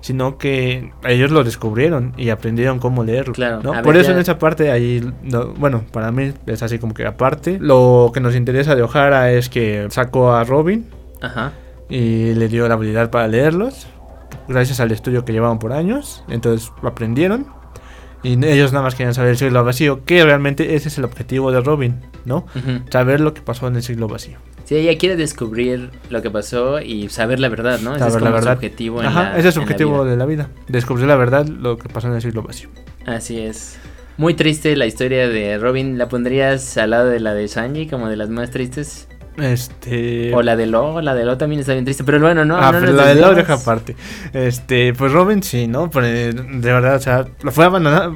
B: sino que ellos lo descubrieron y aprendieron cómo leerlo.
A: Claro,
B: ¿no?
A: a
B: Por
A: ver,
B: eso
A: ya-
B: en esa parte ahí, no- bueno, para mí es así como que aparte. Lo que nos interesa de O'Hara es que sacó a Robin
A: Ajá.
B: y le dio la habilidad para leerlos, gracias al estudio que llevaban por años. Entonces lo aprendieron. Y ellos nada más querían saber el siglo vacío, que realmente ese es el objetivo de Robin, ¿no?
A: ujú.
B: Saber lo que pasó en el siglo vacío.
A: Sí, ella quiere descubrir lo que pasó y saber la verdad, ¿no? Ah, Ese
B: Saber
A: es
B: la
A: como
B: verdad.
A: su objetivo. en
B: Ajá,
A: la-
B: ese es su
A: en la
B: objetivo
A: vida.
B: de la vida. Descubrir la verdad, lo que pasó en el siglo vacío.
A: Así es. Muy triste la historia de Robin. ¿La pondrías al lado de la de Sanji, como de las más tristes?
B: Este.
A: O la de Lo, la de Lo también está bien triste, pero bueno, no.
B: ah,
A: no
B: pero
A: nos
B: la de la
A: desviamos.
B: oreja aparte. Este, pues Robin sí, ¿no? Pero, eh, de verdad, o sea, fue abandonada.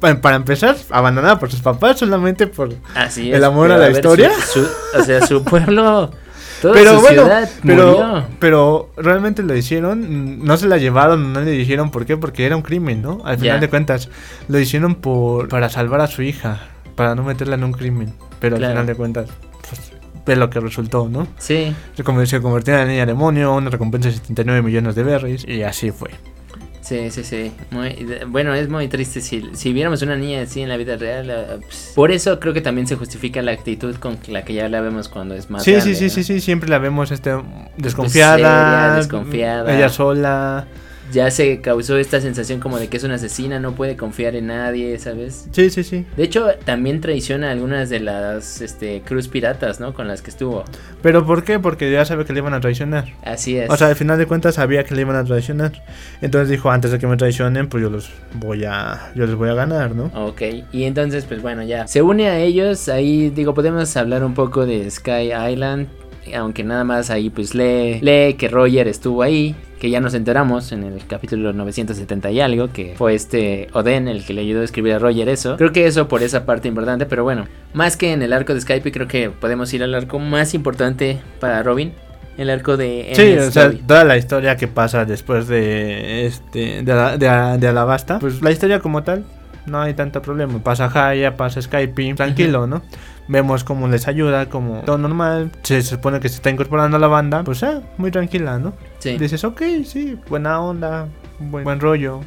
B: pa- Para empezar, abandonada por sus papás solamente por.
A: Así
B: el
A: es,
B: amor
A: pero
B: a la
A: ver,
B: historia.
A: su- su- o sea, su pueblo, toda
B: Pero
A: su
B: bueno,
A: ciudad
B: pero,
A: murió.
B: pero realmente lo hicieron, mm, no se la llevaron, no le dijeron por qué, porque era un crimen, ¿no? Al final
A: Ya.
B: de cuentas, lo hicieron por para salvar a su hija, para no meterla en un crimen, pero
A: Claro.
B: al final de cuentas, pues, es lo que resultó, ¿no?
A: Sí,
B: Se convirtió, se convirtió en la niña demonio, una recompensa de 79 millones de berries, y así fue.
A: sí, sí, sí. Muy- bueno, es muy triste. Si, si viéramos una niña así en la vida real, eh, pues, por eso creo que también se justifica la actitud con la que ya la vemos cuando es más
B: sí,
A: grande,
B: sí, sí,
A: ¿no?
B: sí, sí, siempre la vemos este, desconfiada,
A: seria, desconfiada.
B: ella sola.
A: Ya se causó esta sensación como de que es una asesina, no puede confiar en nadie, ¿sabes?
B: Sí, sí, sí.
A: De hecho, también traiciona algunas de las este, cruz piratas, ¿no? Con las que estuvo.
B: ¿Pero por qué? Porque ya sabe que le iban a traicionar.
A: Así es.
B: O sea, al final de cuentas sabía que le iban a traicionar. Entonces dijo, antes de que me traicionen, pues yo los voy a yo les voy a ganar, ¿no?
A: Ok, y entonces pues bueno ya, se une a ellos, ahí digo podemos hablar un poco de Sky Island, aunque nada más ahí pues lee, lee que Roger estuvo ahí, que ya nos enteramos en el capítulo 970 y algo, que fue este Oden el que le ayudó a escribir a Roger eso, creo que eso por esa parte importante, pero bueno, más que en el arco de Skype creo que podemos ir al arco más importante para Robin, el arco de...
B: Sí,
A: NSW.
B: o sea, toda la historia que pasa después de este de, Ala- de, Ala- de Alabasta, pues la historia como tal no hay tanto problema. Pasa Haya, pasa Skype, tranquilo, ¿no? Vemos cómo les ayuda, como todo normal. Se supone que se está incorporando a la banda, pues ah, muy tranquila, ¿no?
A: Sí.
B: Dices, ok, sí, buena onda, buen, buen rollo.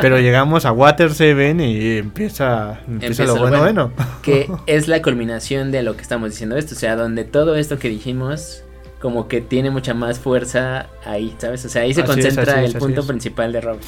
B: Pero llegamos a Water Seven y empieza, empieza,
A: Empieza
B: lo
A: lo
B: bueno,
A: bueno.
B: bueno.
A: que es la culminación de lo que estamos diciendo esto, o sea, donde todo esto que dijimos como que tiene mucha más fuerza ahí, ¿sabes? O sea, ahí se
B: Así es,
A: concentra
B: así es,
A: el
B: así
A: punto
B: es.
A: principal de Rob.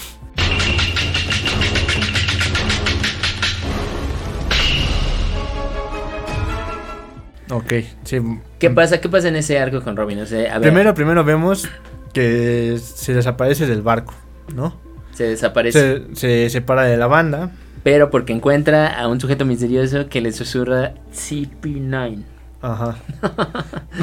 B: Ok, sí.
A: ¿Qué pasa? ¿Qué pasa en ese arco con Robin? O sea, a ver,
B: Mm. Primero, primero vemos que se desaparece del barco, ¿no?
A: se desaparece,
B: Se, se separa de la banda.
A: pero porque encuentra a un sujeto misterioso que le susurra CP9.
B: Ajá.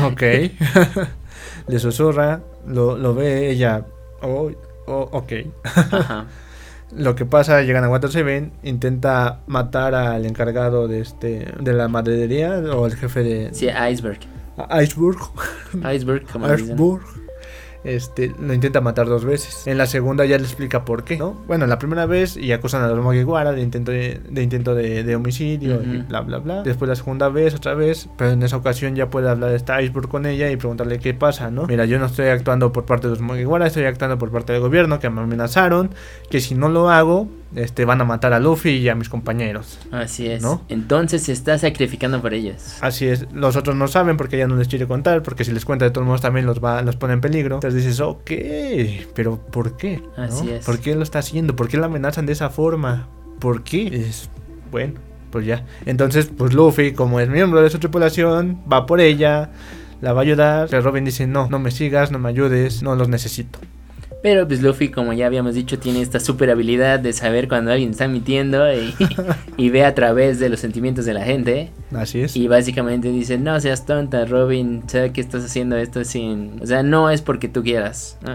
B: Ok. Le susurra, lo, lo ve ella. Oh, oh, ok.
A: Ajá.
B: Lo que pasa, llegan a Water Seven, intenta matar al encargado de este de la maderería o el jefe de
A: Sí, iceberg.
B: a- Iceberg.
A: Iceberg, como le dicen.
B: Iceberg. Este, lo intenta matar dos veces. En la segunda ya le explica por qué, ¿no? Bueno, la primera vez y acusan a los Mugiwara de intento de, de intento de, de homicidio y
A: Ujú.
B: bla bla bla. Después la segunda vez, otra vez, pero en esa ocasión ya puede hablar esta Iceberg con ella y preguntarle qué pasa, ¿no? Mira, yo no estoy actuando por parte de los Mugiwara, estoy actuando por parte del gobierno que me amenazaron, que si no lo hago, este van a matar a Luffy y a mis compañeros.
A: Así es.
B: ¿No?
A: Entonces se está sacrificando por ellos.
B: Así es, los otros no saben porque ella no les quiere contar, porque si les cuenta de todos modos también los va, los pone en peligro. Entonces dices, ok, pero ¿por qué? ¿No?
A: Así es.
B: ¿Por qué lo está haciendo? ¿Por qué la amenazan de esa forma? ¿Por qué? Es, bueno, pues ya. Entonces, pues Luffy, como es miembro de su tripulación, va por ella, la va a ayudar. Pero Robin dice, no, no me sigas, no me ayudes, no los necesito.
A: Pero pues Luffy, como ya habíamos dicho, tiene esta super habilidad de saber cuando alguien está mintiendo y, y ve a través de los sentimientos de la gente.
B: Así es.
A: Y básicamente dice, no seas tonta, Robin, sé que estás haciendo esto sin... O sea, no es porque tú quieras. ¿no?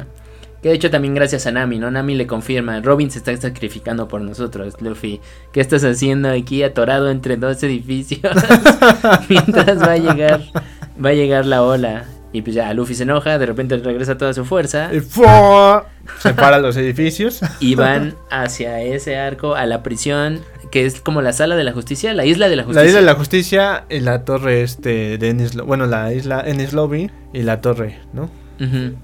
A: Que de hecho también gracias a Nami, ¿no? Nami le confirma, Robin se está sacrificando por nosotros, Luffy. ¿Qué estás haciendo aquí atorado entre dos edificios? Mientras va a llegar, va a llegar la ola. Y pues ya Luffy se enoja, de repente regresa toda su fuerza.
B: Y ¡fua! Separa los edificios.
A: y van hacia ese arco, a la prisión, que es como la sala de la justicia, la isla de la justicia.
B: La isla de la justicia y la torre este de Ennis, Lo- bueno, la isla Ennis Lobby y la torre, ¿no?
A: Ujú.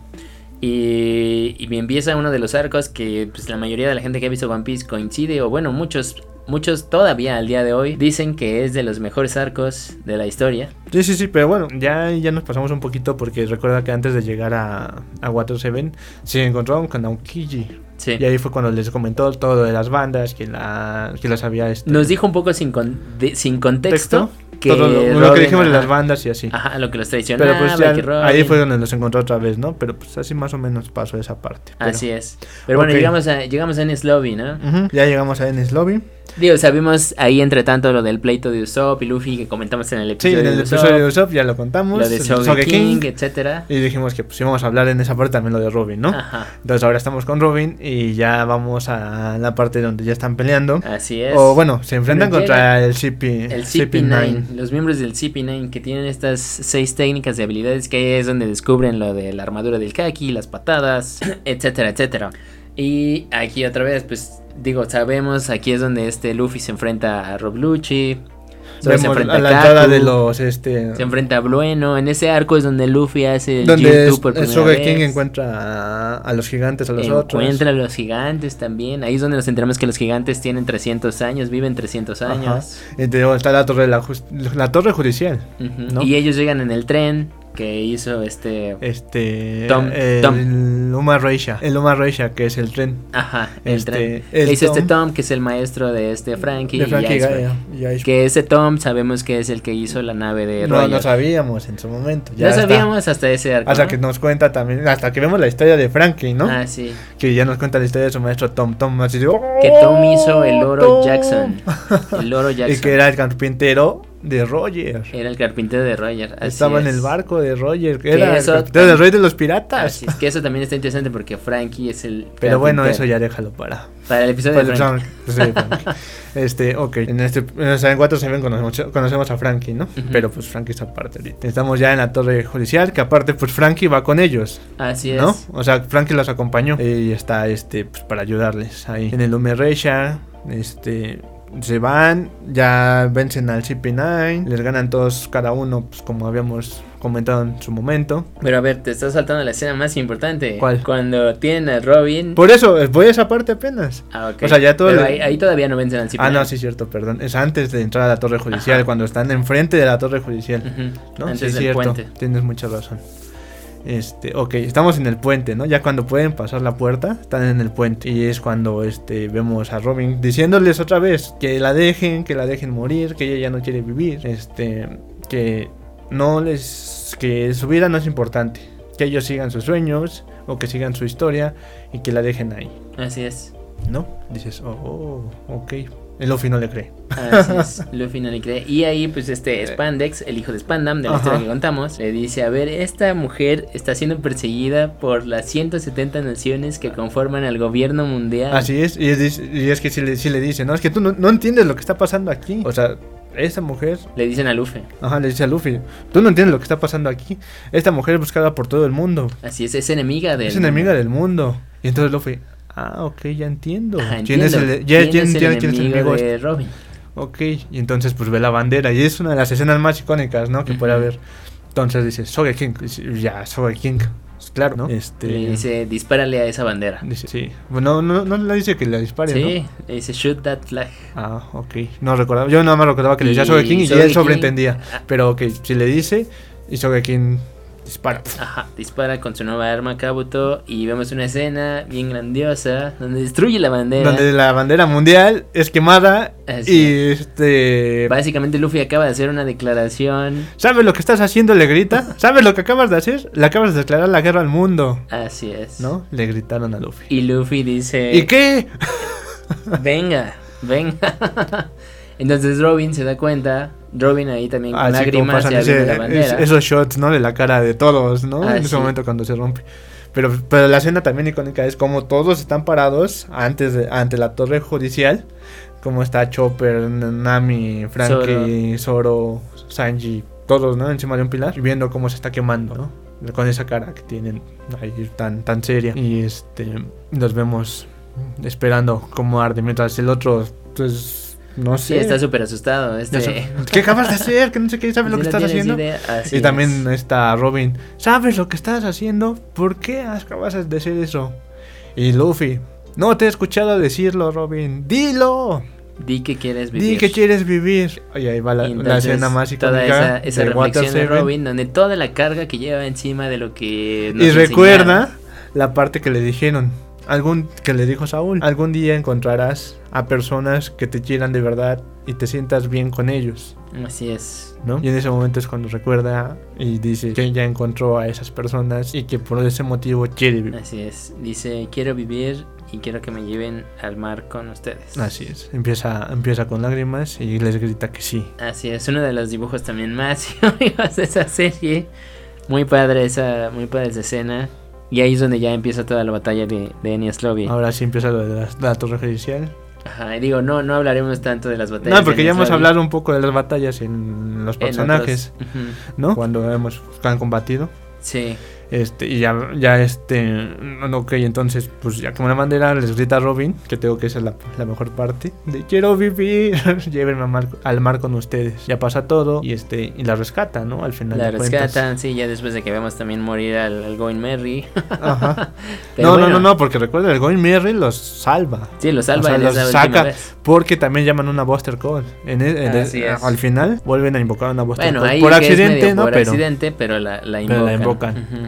A: y, y me empieza uno de los arcos que pues, la mayoría de la gente que ha visto One Piece coincide, o bueno, muchos, muchos todavía al día de hoy dicen que es de los mejores arcos de la historia.
B: Sí, sí, sí, pero bueno, ya, ya nos pasamos un poquito porque recuerda que antes de llegar a, a Water Seven se encontraron con Aokiji.
A: Sí.
B: Y ahí fue cuando les comentó todo lo de las bandas, que, la, que las había este,
A: Nos dijo un poco sin, con- de- sin contexto,
B: texto.
A: que
B: todo lo, lo que
A: Robin,
B: dijimos de
A: ajá.
B: las bandas y así.
A: Ajá, lo que los traicionaba.
B: Pero pues ya
A: que Robin.
B: ahí fue donde los encontró otra vez, ¿no? Pero pues así más o menos pasó esa parte. pero-
A: Así es. Pero bueno,
B: Ok.
A: llegamos a, llegamos a Enies Lobby, ¿no?
B: Ujú, Ya llegamos a Ennis Lobby.
A: Digo, sabemos ahí entre tanto lo del pleito de Usopp y Luffy que comentamos en el
B: Sí,
A: episodio
B: en el
A: de Usopp.
B: episodio de Usopp ya lo contamos.
A: Lo de
B: el
A: Sogeking, etcétera.
B: Y dijimos que pues íbamos a hablar en esa parte también lo de Robin, ¿no?
A: Ajá.
B: Entonces ahora estamos con Robin y ya vamos a la parte donde ya están peleando.
A: Así es.
B: O bueno, eh, se enfrentan
A: Bueno,
B: contra el CP,
A: El
B: CP9.
A: CP9, los miembros del CP9 que tienen estas seis técnicas de habilidades que ahí es donde descubren lo de la armadura del Kaki, las patadas, etcétera, etcétera. Y aquí otra vez, pues digo, sabemos, aquí es donde este Luffy se enfrenta a Rob Lucci, solo se
B: Vemos
A: enfrenta
B: a la
A: Kaku,
B: entrada de los este
A: se enfrenta a Blueno, en ese arco es donde Luffy hace el
B: donde
A: G2 por primera
B: Soga King
A: vez.
B: encuentra a, a los gigantes, a los
A: Encuentra
B: otros.
A: a los gigantes también. Ahí es donde nos enteramos que los gigantes tienen 300 años, viven 300
B: Ajá.
A: años.
B: Y te digo, está la torre de la, jus- la torre judicial.
A: Ujú,
B: ¿no?
A: Y ellos llegan en el tren que hizo este.
B: Este
A: Tom,
B: el,
A: Tom.
B: Luma Reisha, el Luma Reisha que es el tren
A: Ajá, el
B: este,
A: tren.
B: el
A: que hizo este
B: Tom.
A: Tom, que es el maestro de este Frankie.
B: de Frankie
A: y Iceberg.
B: Gaia. y Iceberg.
A: Que ese Tom sabemos que es el que hizo la nave de
B: No,
A: Roger.
B: no sabíamos en su momento.
A: No
B: ya está.
A: sabíamos hasta ese arco.
B: Hasta
A: ¿no?
B: que nos cuenta también, hasta que vemos la historia de Frankie, ¿no?
A: Ah, sí.
B: Que ya nos cuenta la historia de su maestro Tom Tom. Así de, "Oh,
A: Que Tom hizo el oro
B: Tom".
A: Jackson. El oro Jackson.
B: y que era el carpintero de Roger.
A: Era el carpintero de Roger. así
B: Estaba en
A: es.
B: el barco de Roger. que
A: Que
B: Era
A: eso
B: el carpintero de
A: tam-
B: Roy de los piratas.
A: Así es que eso también está interesante porque Frankie es el.
B: Pero bueno, eso
A: carpintero.
B: ya déjalo para.
A: Para el episodio
B: para
A: de
B: el
A: Frankie.
B: Frank. Sí, Frank. este, ok. En este en el Seven 4 Seven conocemos, conocemos a Frankie, ¿no?
A: Ujú.
B: Pero pues Frankie está aparte ahorita. Estamos ya en la torre judicial, que aparte pues Frankie va con ellos.
A: Así es.
B: ¿No? O sea, Frankie los acompañó y está este pues, para ayudarles ahí. En el Umeresha, este se van, ya vencen al CP9, les ganan todos cada uno, pues como habíamos comentado en su momento.
A: Pero a ver, te estás saltando la escena más importante.
B: ¿Cuál?
A: Cuando tienen a Robin.
B: Por eso, eh, voy a esa parte apenas.
A: Ah, ok.
B: o sea, ya todo
A: Pero
B: el-
A: ahí, ahí todavía no vencen al
B: ah,
A: Cipriano.
B: no, sí, cierto, perdón. Es antes de entrar a la torre judicial,
A: Ajá.
B: cuando están enfrente de la torre judicial.
A: Ujú,
B: ¿no?
A: Antes
B: Sí,
A: del
B: cierto,
A: puente.
B: Tienes mucha razón. Este, ok, estamos en el puente, ¿no? Ya cuando pueden pasar la puerta, están en el puente. Y es cuando este, vemos a Robin diciéndoles otra vez que la dejen, que la dejen morir, que ella ya no quiere vivir. Este, que no les. que su vida no es importante. Que ellos sigan sus sueños o que sigan su historia y que la dejen ahí,
A: Así es.
B: ¿no? Dices, oh, oh ok. El Luffy no le cree.
A: Así es. Luffy no le cree. Y ahí, pues, este Spandex, el hijo de Spandam, de la
B: Eh. Ajá.
A: historia que contamos, le dice: A ver, esta mujer está siendo perseguida por las 170 naciones que conforman al gobierno mundial.
B: Así es, y es, y es que si le, sí le dice, no, es que tú no, no entiendes lo que está pasando aquí. O sea, esa mujer,
A: Le dicen a Luffy.
B: ajá, le dice a Luffy, tú no entiendes lo que está pasando aquí. Esta mujer es buscada por todo el mundo,
A: Así es, es enemiga de
B: es enemiga del mundo. Y entonces Luffy, ah, ok, ya entiendo.
A: Ajá,
B: ¿Quién es
A: entiendo.
B: el, ya- ya
A: ¿Quién es el
B: entiendo quién es el
A: enemigo
B: enemigo? este.
A: de Robin?
B: Ok, y entonces pues ve la bandera, y es una de las escenas más icónicas, ¿no? Que puede
A: Ujú.
B: haber. Entonces dice, Soge King, y ya, Soge King, claro, ¿no? Este,
A: Le dice, dispárale a esa bandera.
B: dice, sí, bueno, no, no, le dice que la dispare, ¿no?
A: Sí, le dice, shoot that flag.
B: Ah, ok. No recordaba. Yo nada más recordaba que le decía
A: Y Ah.
B: Sogeking y
A: Sogeking-
B: él sobreentendía. Pero que si le dice y Sogeking dispara.
A: Ajá, dispara con su nueva arma Kabuto y vemos una escena bien grandiosa donde destruye la bandera.
B: Donde la bandera mundial es quemada
A: Así
B: y este...
A: Básicamente Luffy acaba de hacer una declaración.
B: ¿Sabes lo que estás haciendo? Le grita. ¿Sabes lo que acabas de hacer? Le acabas de declarar la guerra al mundo.
A: Así es.
B: ¿No? Le gritaron a Luffy.
A: Y Luffy dice,
B: ¿Y qué?
A: venga, venga. Entonces Robin se da cuenta, Robin ahí también con
B: Así Ah, como
A: lágrimas
B: pasan
A: se abre la
B: ese-
A: bandera.
B: es- esos shots, ¿no? De la cara de todos, ¿no?
A: Ah,
B: en ese
A: sí.
B: momento cuando se rompe. Pero, pero la escena también icónica es como todos están parados antes de- ante la torre judicial. Como está Chopper, Nami, Frankie, Zoro, Sanji, todos, ¿no? Encima de un pilar. Y viendo cómo se está quemando, ¿no? Con esa cara que tienen ahí tan, tan seria. Y este, los vemos esperando cómo arde. Mientras el otro, pues, no
A: Sí,
B: sé.
A: está súper asustado. Este...
B: ¿Qué acabas de hacer? Que no sé qué, ¿sabes lo
A: Sí,
B: que
A: no
B: estás
A: tienes
B: haciendo?
A: idea. Así
B: Y
A: es.
B: también eh, está Robin. ¿Sabes lo que estás haciendo? ¿Por qué acabas de decir eso? Y Luffy. No te he escuchado decirlo, Robin. ¡Dilo!
A: Di que quieres vivir.
B: Di que quieres vivir. Y ahí va la,
A: Y
B: la
A: entonces,
B: escena más
A: toda esa,
B: icónica
A: esa
B: de Water
A: reflexión de
B: Seven.
A: Robin, donde toda la carga que lleva encima de lo que nos
B: Y
A: enseñaron.
B: recuerda la parte que le dijeron. algún que le dijo Saúl, algún día encontrarás a personas que te quieran de verdad y te sientas bien con ellos,
A: Así es.
B: ¿no? Y en ese momento es cuando recuerda y dice que ya encontró a esas personas y que por ese motivo quiere vivir.
A: Así es. Dice, quiero vivir y quiero que me lleven al mar con ustedes.
B: Así es. Empieza, empieza con lágrimas y les grita que sí.
A: Así es, uno de los dibujos también más icónicos de esa serie. Muy padre esa, muy padre esa escena. Y ahí es donde ya empieza toda la batalla de, de Enya Slovy.
B: Ahora sí empieza lo de la, la torre judicial.
A: Ajá, y digo, no, no hablaremos tanto de las batallas.
B: No, porque
A: de
B: ya
A: Enya
B: hemos
A: Slovy
B: hablado un poco de las batallas en
A: en otros.
B: los personajes,
A: Ujú,
B: ¿no? Cuando hemos han combatido.
A: Sí,
B: Este, y ya, ya este, mm, ok, entonces, pues ya como la bandera les grita a Robin, que tengo que esa es la, la mejor parte, de quiero vivir, llévenme al mar, al mar con ustedes. Ya pasa todo y este, y la rescata, ¿no? Al final
A: la
B: de cuentas.
A: rescatan, sí, ya después de que vemos también morir al, al Going Merry.
B: Ajá.
A: Pero
B: no,
A: bueno,
B: no, no, no, porque recuerda, el Going Merry los salva.
A: Sí, los
B: O
A: salva
B: sea,
A: en
B: los
A: esa última
B: saca
A: vez.
B: porque también llaman una Buster Call. En, el- en el-
A: Así es.
B: Al final vuelven a invocar una Buster
A: Bueno,
B: Call.
A: ahí
B: por
A: que es
B: accidente,
A: medio
B: ¿no?
A: Por
B: Pero
A: accidente, pero la, la
B: pero
A: invocan.
B: la
A: Ujú.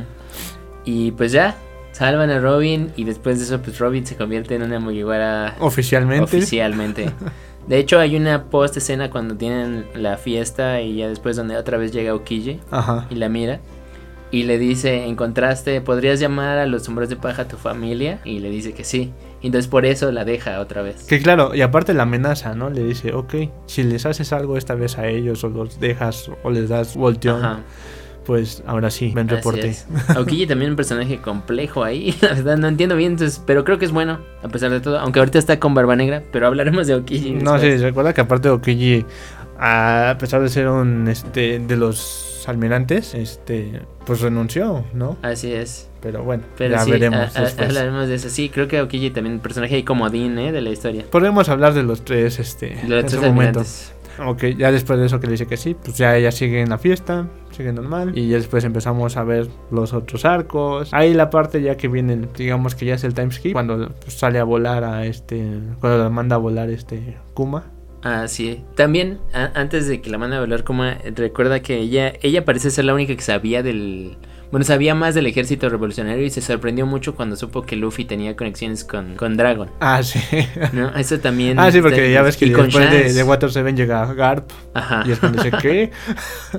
A: Y pues ya, salvan a Robin y después de eso, pues Robin se convierte en una mugiwara
B: oficialmente.
A: oficialmente. De hecho, hay una post escena cuando tienen la fiesta y ya después donde otra vez llega Okiji
B: Ajá.
A: y la mira. Y le dice, en contraste, ¿podrías llamar a los hombres de paja a tu familia? Y le dice que sí. Y entonces por eso la deja otra vez.
B: Que claro, y aparte la amenaza, ¿no? Le dice, ok, si les haces algo esta vez a ellos o los dejas o les das volteón,
A: Ajá,
B: pues ahora sí, ven
A: así
B: reporte.
A: es. Aokiji también un personaje complejo ahí, la verdad no entiendo bien, entonces, pero creo que es bueno, a pesar de todo, aunque ahorita está con Barba Negra, pero hablaremos de Aokiji.
B: No,
A: después.
B: sí, recuerda que aparte de Okiji, a pesar de ser un, este, de los almirantes, este, pues renunció, ¿no?
A: Así es.
B: Pero bueno,
A: Ah, Pero
B: ya
A: sí,
B: veremos
A: a- a-
B: después.
A: hablaremos de eso. Sí, creo que Aokiji también un personaje ahí comodín, ¿eh? De la historia.
B: Podemos hablar de los tres, este,
A: De los
B: en
A: tres
B: su momento.
A: almirantes.
B: Ok, ya después de eso que le dice que sí, pues ya ella sigue en la fiesta, sigue normal. Y ya después empezamos a ver los otros arcos. Ahí la parte ya que viene, digamos que ya es el time skip, cuando pues, sale a volar a este, cuando la manda a volar este Kuma.
A: Ah, sí. También, a- antes de que la mande a volar, como eh, recuerda que ella, ella parece ser la única que sabía del. Bueno, sabía más del ejército revolucionario y se sorprendió mucho cuando supo que Luffy tenía conexiones con, con Dragon.
B: Ah, sí.
A: ¿No? Eso también.
B: ah, sí,
A: está-
B: porque ya ves que
A: y con Ah.
B: después de,
A: Shanks.
B: de Water Seven llega Garp
A: Ajá.
B: y es cuando dice ¿qué?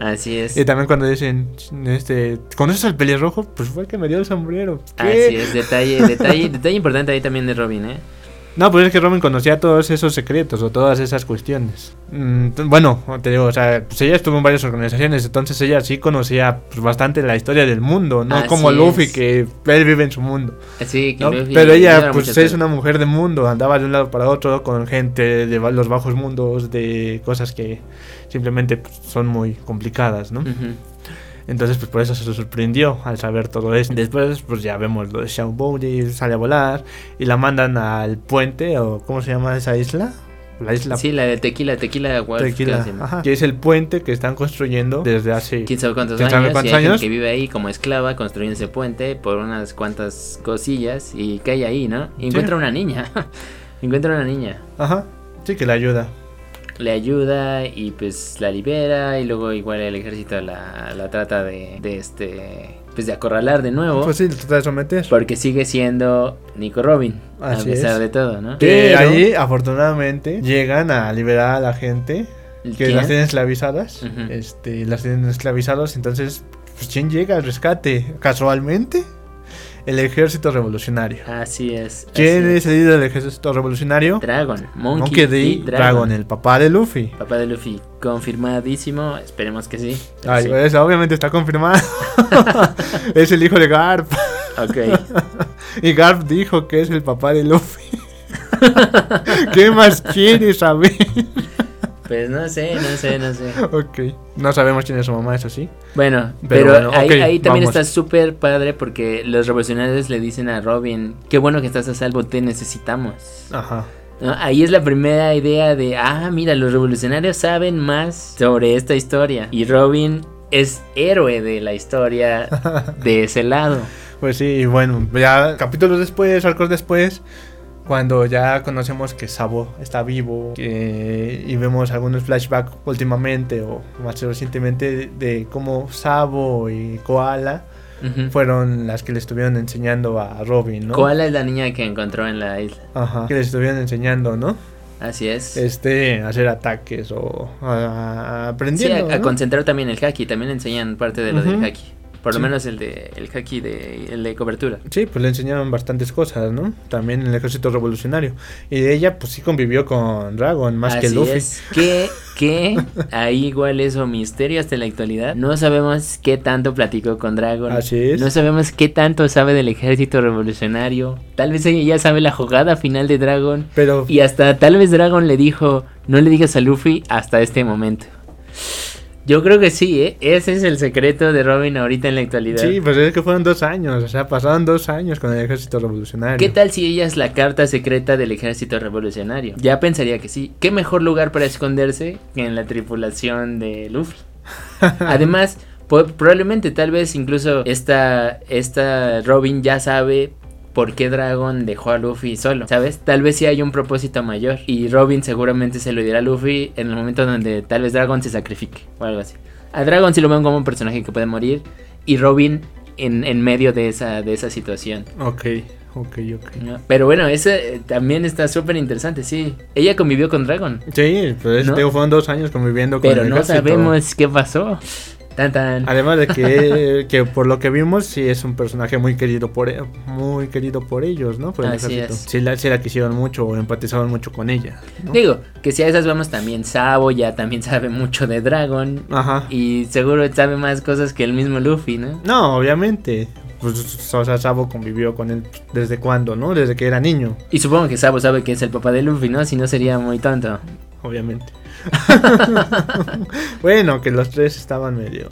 A: Así es.
B: Y también cuando dicen, este, ¿conoces al pelirrojo? Pues fue el que me dio el sombrero. ¿Qué?
A: Así es. Detalle, detalle, detalle importante ahí también de Robin, ¿eh?
B: No, pues es que Robin conocía todos esos secretos o todas esas cuestiones. Mm, t- bueno, te digo, o sea, pues ella estuvo en varias organizaciones, entonces ella sí conocía pues, bastante la historia del mundo, no
A: Así
B: como Luffy,
A: es.
B: que él vive en su mundo.
A: Así que
B: ¿no?
A: Luffy
B: Pero ella
A: ignora
B: pues
A: muchas
B: es
A: cosas.
B: una mujer de mundo, andaba de un lado para otro con gente de ba- los bajos mundos, de cosas que simplemente pues, son muy complicadas, ¿no?
A: Ujú.
B: Entonces, pues por eso se sorprendió al saber todo esto. Después, pues ya vemos lo de Shaun Bowie, sale a volar y la mandan al puente, o ¿cómo se llama esa isla? La isla
A: Sí, la de tequila, tequila, Wolf, creo
B: Tequila,
A: que se llama.
B: ajá, que es el puente que están construyendo desde hace.
A: quién sabe cuántos
B: ¿Quién
A: años,
B: sabe
A: y
B: cuántos
A: hay gente
B: años?
A: que vive ahí como esclava construyendo ese puente por unas cuantas cosillas y cae ahí, ¿no? Y encuentra una niña, encuentra una niña,
B: Ajá, sí, que la ayuda.
A: le ayuda y pues la libera y luego igual el ejército la, la trata de, de este, pues de acorralar de nuevo.
B: Pues sí, trata de someter.
A: porque sigue siendo Nico Robin,
B: Así
A: a pesar
B: es.
A: de todo, ¿no?
B: Que
A: Pero-
B: allí, afortunadamente, llegan a liberar a la gente
A: ¿El
B: que
A: quién?
B: las tienen esclavizadas.
A: Ujú.
B: Este, las tienen esclavizadas. Entonces, pues, ¿quién llega al rescate? Casualmente, el ejército revolucionario.
A: Así es.
B: ¿Quién
A: así
B: es el líder del ejército revolucionario?
A: Dragon, Monkey,
B: Monkey D.
A: D.
B: Dragon, el papá de Luffy.
A: Papá de Luffy, confirmadísimo, esperemos que sí.
B: Ay,
A: Sí.
B: pues, obviamente está confirmado. es el hijo de Garp.
A: Ok.
B: Y Garp dijo que es el papá de Luffy. ¿Qué más quieres saber?
A: Pues no sé, no sé, no sé.
B: ok. No sabemos quién es su mamá, eso sí.
A: Bueno,
B: Pero
A: pero,
B: bueno,
A: ahí,
B: ok,
A: ahí también
B: vamos.
A: está súper padre porque los revolucionarios le dicen a Robin, qué bueno que estás a salvo, te necesitamos.
B: Ajá.
A: ¿No? Ahí es la primera idea de, ah, mira, los revolucionarios saben más sobre esta historia. Y Robin es héroe de la historia de ese lado.
B: Pues sí, y bueno, ya capítulos después, arcos después, cuando ya conocemos que Sabo está vivo que- y vemos algunos flashbacks últimamente o más recientemente de, de cómo Sabo y Koala
A: Ujú.
B: fueron las que le estuvieron enseñando a Robin, ¿no?
A: ¿Cuál es la niña que encontró en la isla?
B: Ajá. Que le estuvieron enseñando, ¿no?
A: Así es.
B: Este, a hacer ataques o a- a-
A: Sí, a,
B: aprendiendo.
A: a
B: ¿no?
A: concentrar también el haki, también enseñan parte de lo del
B: Ujú.
A: haki. Por lo
B: Sí.
A: menos el de el haki de el de cobertura.
B: Sí, pues le enseñaron bastantes cosas, ¿no? También en el ejército revolucionario. Y ella, pues sí convivió con Dragon, más que
A: Así
B: Luffy.
A: es. Que, que ahí igual es un misterio hasta la actualidad. No sabemos qué tanto platicó con Dragon.
B: Así es.
A: No sabemos qué tanto sabe del ejército revolucionario. Tal vez ella ya sabe la jugada final de Dragon.
B: Pero
A: Y hasta tal vez Dragon le dijo, no le digas a Luffy hasta este momento. Yo creo que sí, ¿eh? Ese es el secreto de Robin ahorita en la actualidad.
B: sí, pues es que fueron dos años, o sea, pasaron dos años con el ejército revolucionario.
A: ¿Qué tal si ella es la carta secreta del ejército revolucionario? Ya pensaría que sí. ¿Qué mejor lugar para esconderse que en la tripulación de Luffy? Además, po- probablemente tal vez incluso esta, esta Robin ya sabe por qué Dragon dejó a Luffy solo, ¿sabes? Tal vez sí hay un propósito mayor y Robin seguramente se lo dirá a Luffy en el momento donde tal vez Dragon se sacrifique o algo así. A Dragon sí lo ven como un personaje que puede morir y Robin en, en medio de esa, de esa situación.
B: Ok, ok, ok.
A: ¿no? Pero bueno, ese eh, también está súper interesante, sí. Ella convivió con Dragon,
B: Sí, pues
A: ¿No?
B: digo, fueron dos años conviviendo con
A: pero
B: el
A: no
B: ejército.
A: sabemos qué pasó. Tan tan.
B: Además de que, que por lo que vimos, sí es un personaje muy querido por e- muy querido por ellos, ¿no? Por el
A: Así
B: ejército.
A: es.
B: Sí la, sí la quisieron mucho o empatizaron mucho con ella. ¿no?
A: Digo, que si a esas vamos también, Sabo ya también sabe mucho de Dragon.
B: Ajá.
A: Y seguro sabe más cosas que el mismo Luffy, ¿no?
B: No, obviamente. Pues, o sea, Sabo convivió con él desde cuándo, ¿no? Desde que era niño,
A: Y supongo que Sabo sabe que es el papá de Luffy, ¿no? Si no sería muy tonto.
B: obviamente. bueno, que los tres estaban medio.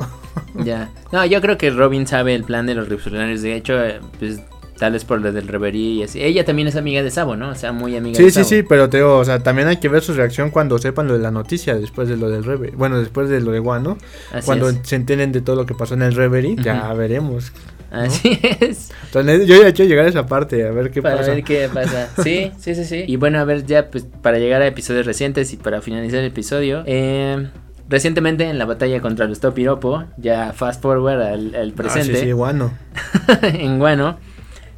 A: Ya. No, yo creo que Robin sabe el plan de los revolucionarios. De hecho, eh, pues tal vez por lo del reverie y así. Ella también es amiga de Sabo, ¿no? O sea, muy amiga de
B: Sí, sí,
A: Sabo.
B: sí, pero te digo, o sea, también hay que ver su reacción cuando sepan lo de la noticia después de lo del Reverie. Bueno, después de lo de Guan, ¿no?
A: Así
B: cuando
A: es.
B: se enteren de todo lo que pasó en el Reverie, ya
A: Ujú.
B: veremos.
A: Así es.
B: Entonces, yo ya quiero llegar a esa parte, a ver qué
A: para
B: pasa. Ah,
A: ver qué pasa. Sí, sí, sí, sí. Y bueno, a ver, ya pues para llegar a episodios recientes y para finalizar el episodio, eh, recientemente en la batalla contra los Topiropo, ya fast forward al, al
B: Ah, sí,
A: presente,
B: sí, Guano.
A: en Guano,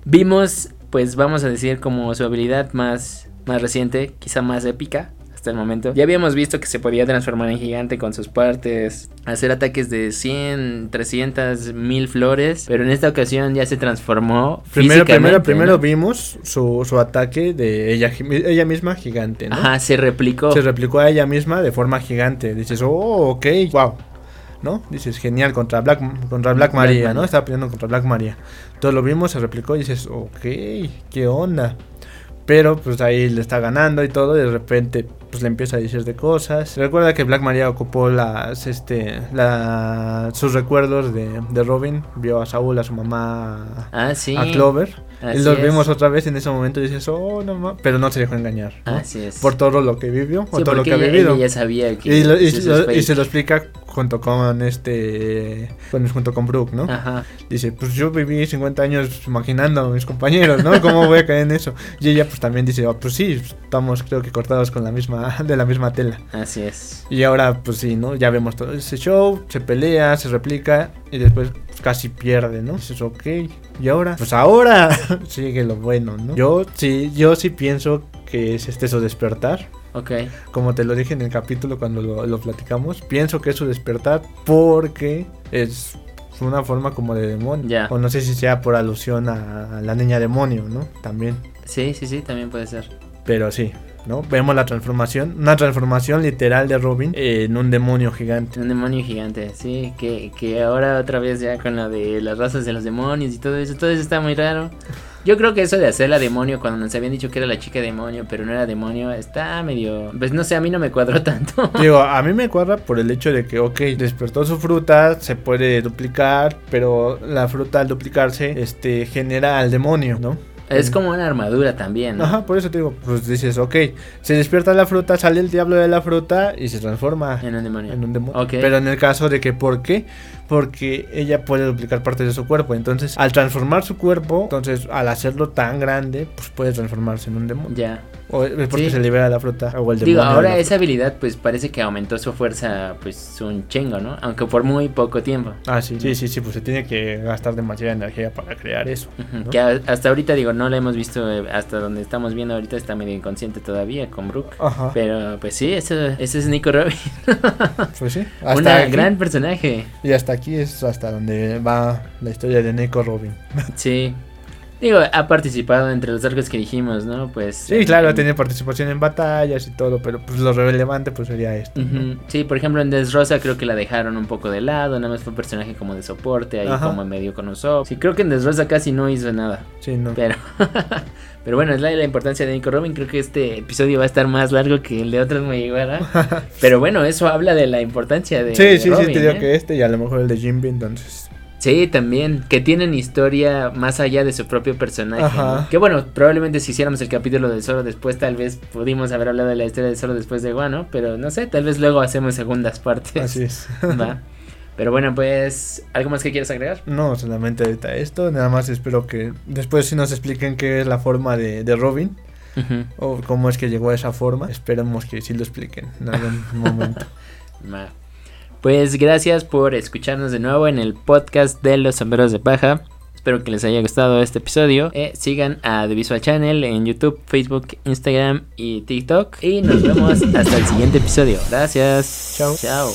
A: vimos, pues vamos a decir, como su habilidad más, más reciente, quizá más épica hasta el momento. Ya habíamos visto que se podía transformar en gigante con sus partes, hacer ataques de 100, 300, 1000 flores, pero en esta ocasión ya se transformó. físicamente,
B: Primero, primero,
A: ¿no?
B: primero vimos su, su ataque de ella, ella misma gigante, ¿no?
A: Ajá, se replicó.
B: Se replicó a ella misma de forma gigante. Dices, oh, ok, wow. ¿No? Dices, genial, contra Black, contra Black,
A: Black
B: Maria,
A: Maria.
B: ¿no? Estaba peleando contra Black Maria. Entonces lo vimos, se replicó y dices, ok, qué onda. Pero pues ahí le está ganando y todo, y de repente pues le empieza a decir de cosas. Recuerda que Black Maria ocupó las, este, la, sus recuerdos de, de Robin, vio a Saúl, a su mamá,
A: ah, sí.
B: a Clover.
A: Así
B: y los
A: es.
B: vimos otra vez en ese momento y dices, oh, no, ma-", pero no se dejó engañar. ¿no?
A: Así es.
B: por todo lo que vivió
A: Sí,
B: o todo lo
A: porque
B: que ha
A: ella-
B: vivido.
A: ella ya sabía que
B: y, lo- y
A: sus
B: lo- y
A: fake.
B: se lo explica junto con este con- junto con Brooke, ¿no?
A: Ajá.
B: Dice, pues yo viví 50 años imaginando a mis compañeros, ¿no? ¿Cómo voy a caer en eso? Y ella pues también dice, "Ah, pues sí, estamos creo que cortados con la misma de la misma tela.
A: Así es.
B: Y ahora pues sí, ¿no? Ya vemos todo ese show, se pelea, se replica y después pues, casi pierde, ¿no? Dices, ok, ¿y ahora? Pues ahora sigue lo bueno, ¿no? Yo sí, yo sí pienso que es este su despertar.
A: Ok.
B: Como te lo dije en el capítulo cuando lo, lo platicamos, pienso que es su despertar porque es una forma como de demonio.
A: Ya.
B: O no sé si sea por alusión a la niña demonio, ¿no? También.
A: Sí, sí, sí, también puede ser.
B: Pero sí, ¿no? Vemos la transformación, una transformación literal de Robin en un demonio gigante.
A: Un demonio gigante, sí. Que, que ahora otra vez ya con lo de las razas de los demonios y todo eso. Todo eso está muy raro. Yo creo que eso de hacerla demonio cuando nos habían dicho que era la chica demonio, pero no era demonio, está medio. Pues no sé, a mí no me cuadró tanto.
B: Digo, a mí me cuadra por el hecho de que, ok, despertó su fruta, se puede duplicar, pero la fruta al duplicarse, este, genera al demonio, ¿no?
A: Es como una armadura también. ¿no?
B: Ajá, por eso te digo, pues dices, ok, se despierta la fruta, sale el diablo de la fruta y se transforma
A: En un demonio.
B: en un demonio.
A: Ok.
B: Pero en el caso de que, ¿por qué? Porque ella puede duplicar partes de su cuerpo. Entonces, al transformar su cuerpo, entonces al hacerlo tan grande, pues puede transformarse en un demonio.
A: Ya.
B: O es porque
A: Sí.
B: se libera la fruta o el demonio.
A: Digo,
B: de
A: ahora
B: la
A: esa habilidad pues parece que aumentó su fuerza pues un chingo, ¿no? Aunque por muy poco tiempo.
B: fruta. Ah, sí, sí, sí, sí, pues se tiene que gastar demasiada energía para crear eso.
A: Ujú,
B: ¿no?
A: Que a- hasta ahorita digo, no la hemos visto eh, hasta donde estamos viendo ahorita está medio inconsciente todavía con Brooke.
B: Ajá,
A: Pero pues sí, eso, eso es Nico Robin.
B: pues sí.
A: Un
B: Hasta aquí-
A: gran personaje.
B: Y hasta aquí es hasta donde va la historia de Nico Robin.
A: Sí. Digo, ha participado entre los arcos que dijimos, ¿no? Pues
B: Sí, claro, ha
A: en-
B: tenido participación en batallas y todo, pero pues lo relevante pues sería esto. ¿no?
A: Ujú. Sí, por ejemplo en Desrosa creo que la dejaron un poco de lado, nada más fue un personaje como de soporte, ahí
B: Ajá.
A: como en medio con Usopp. Sí, creo que en Desrosa casi no hizo nada.
B: Sí, no.
A: Pero, pero bueno, es la, la importancia de Nico Robin. Creo que este episodio va a estar más largo que el de otros Mugiwara. pero bueno, eso habla de la importancia de.
B: Sí, sí,
A: Robin,
B: sí, te digo
A: ¿eh?
B: que este y a lo mejor el de Jimby, entonces.
A: Sí, también. Que tienen historia más allá de su propio personaje.
B: Ajá.
A: ¿no? Que bueno, probablemente si hiciéramos el capítulo de Zoro después, tal vez pudimos haber hablado de la historia de Zoro después de Guano. Pero no sé, tal vez luego hacemos segundas partes.
B: Así es.
A: Va. Pero bueno, pues, ¿algo más que quieras agregar?
B: No, solamente ahorita esto, nada más espero que después sí nos expliquen qué es la forma de, de Robin o cómo es que llegó a esa forma. Esperemos que sí lo expliquen en algún momento.
A: Ma. Pues gracias por escucharnos de nuevo en el podcast de los sombreros de paja. Espero que les haya gustado este episodio. Eh, sigan a The Visual Channel en YouTube, Facebook, Instagram y TikTok. Y nos vemos hasta el siguiente episodio. Gracias.
B: Chao.
A: Chao.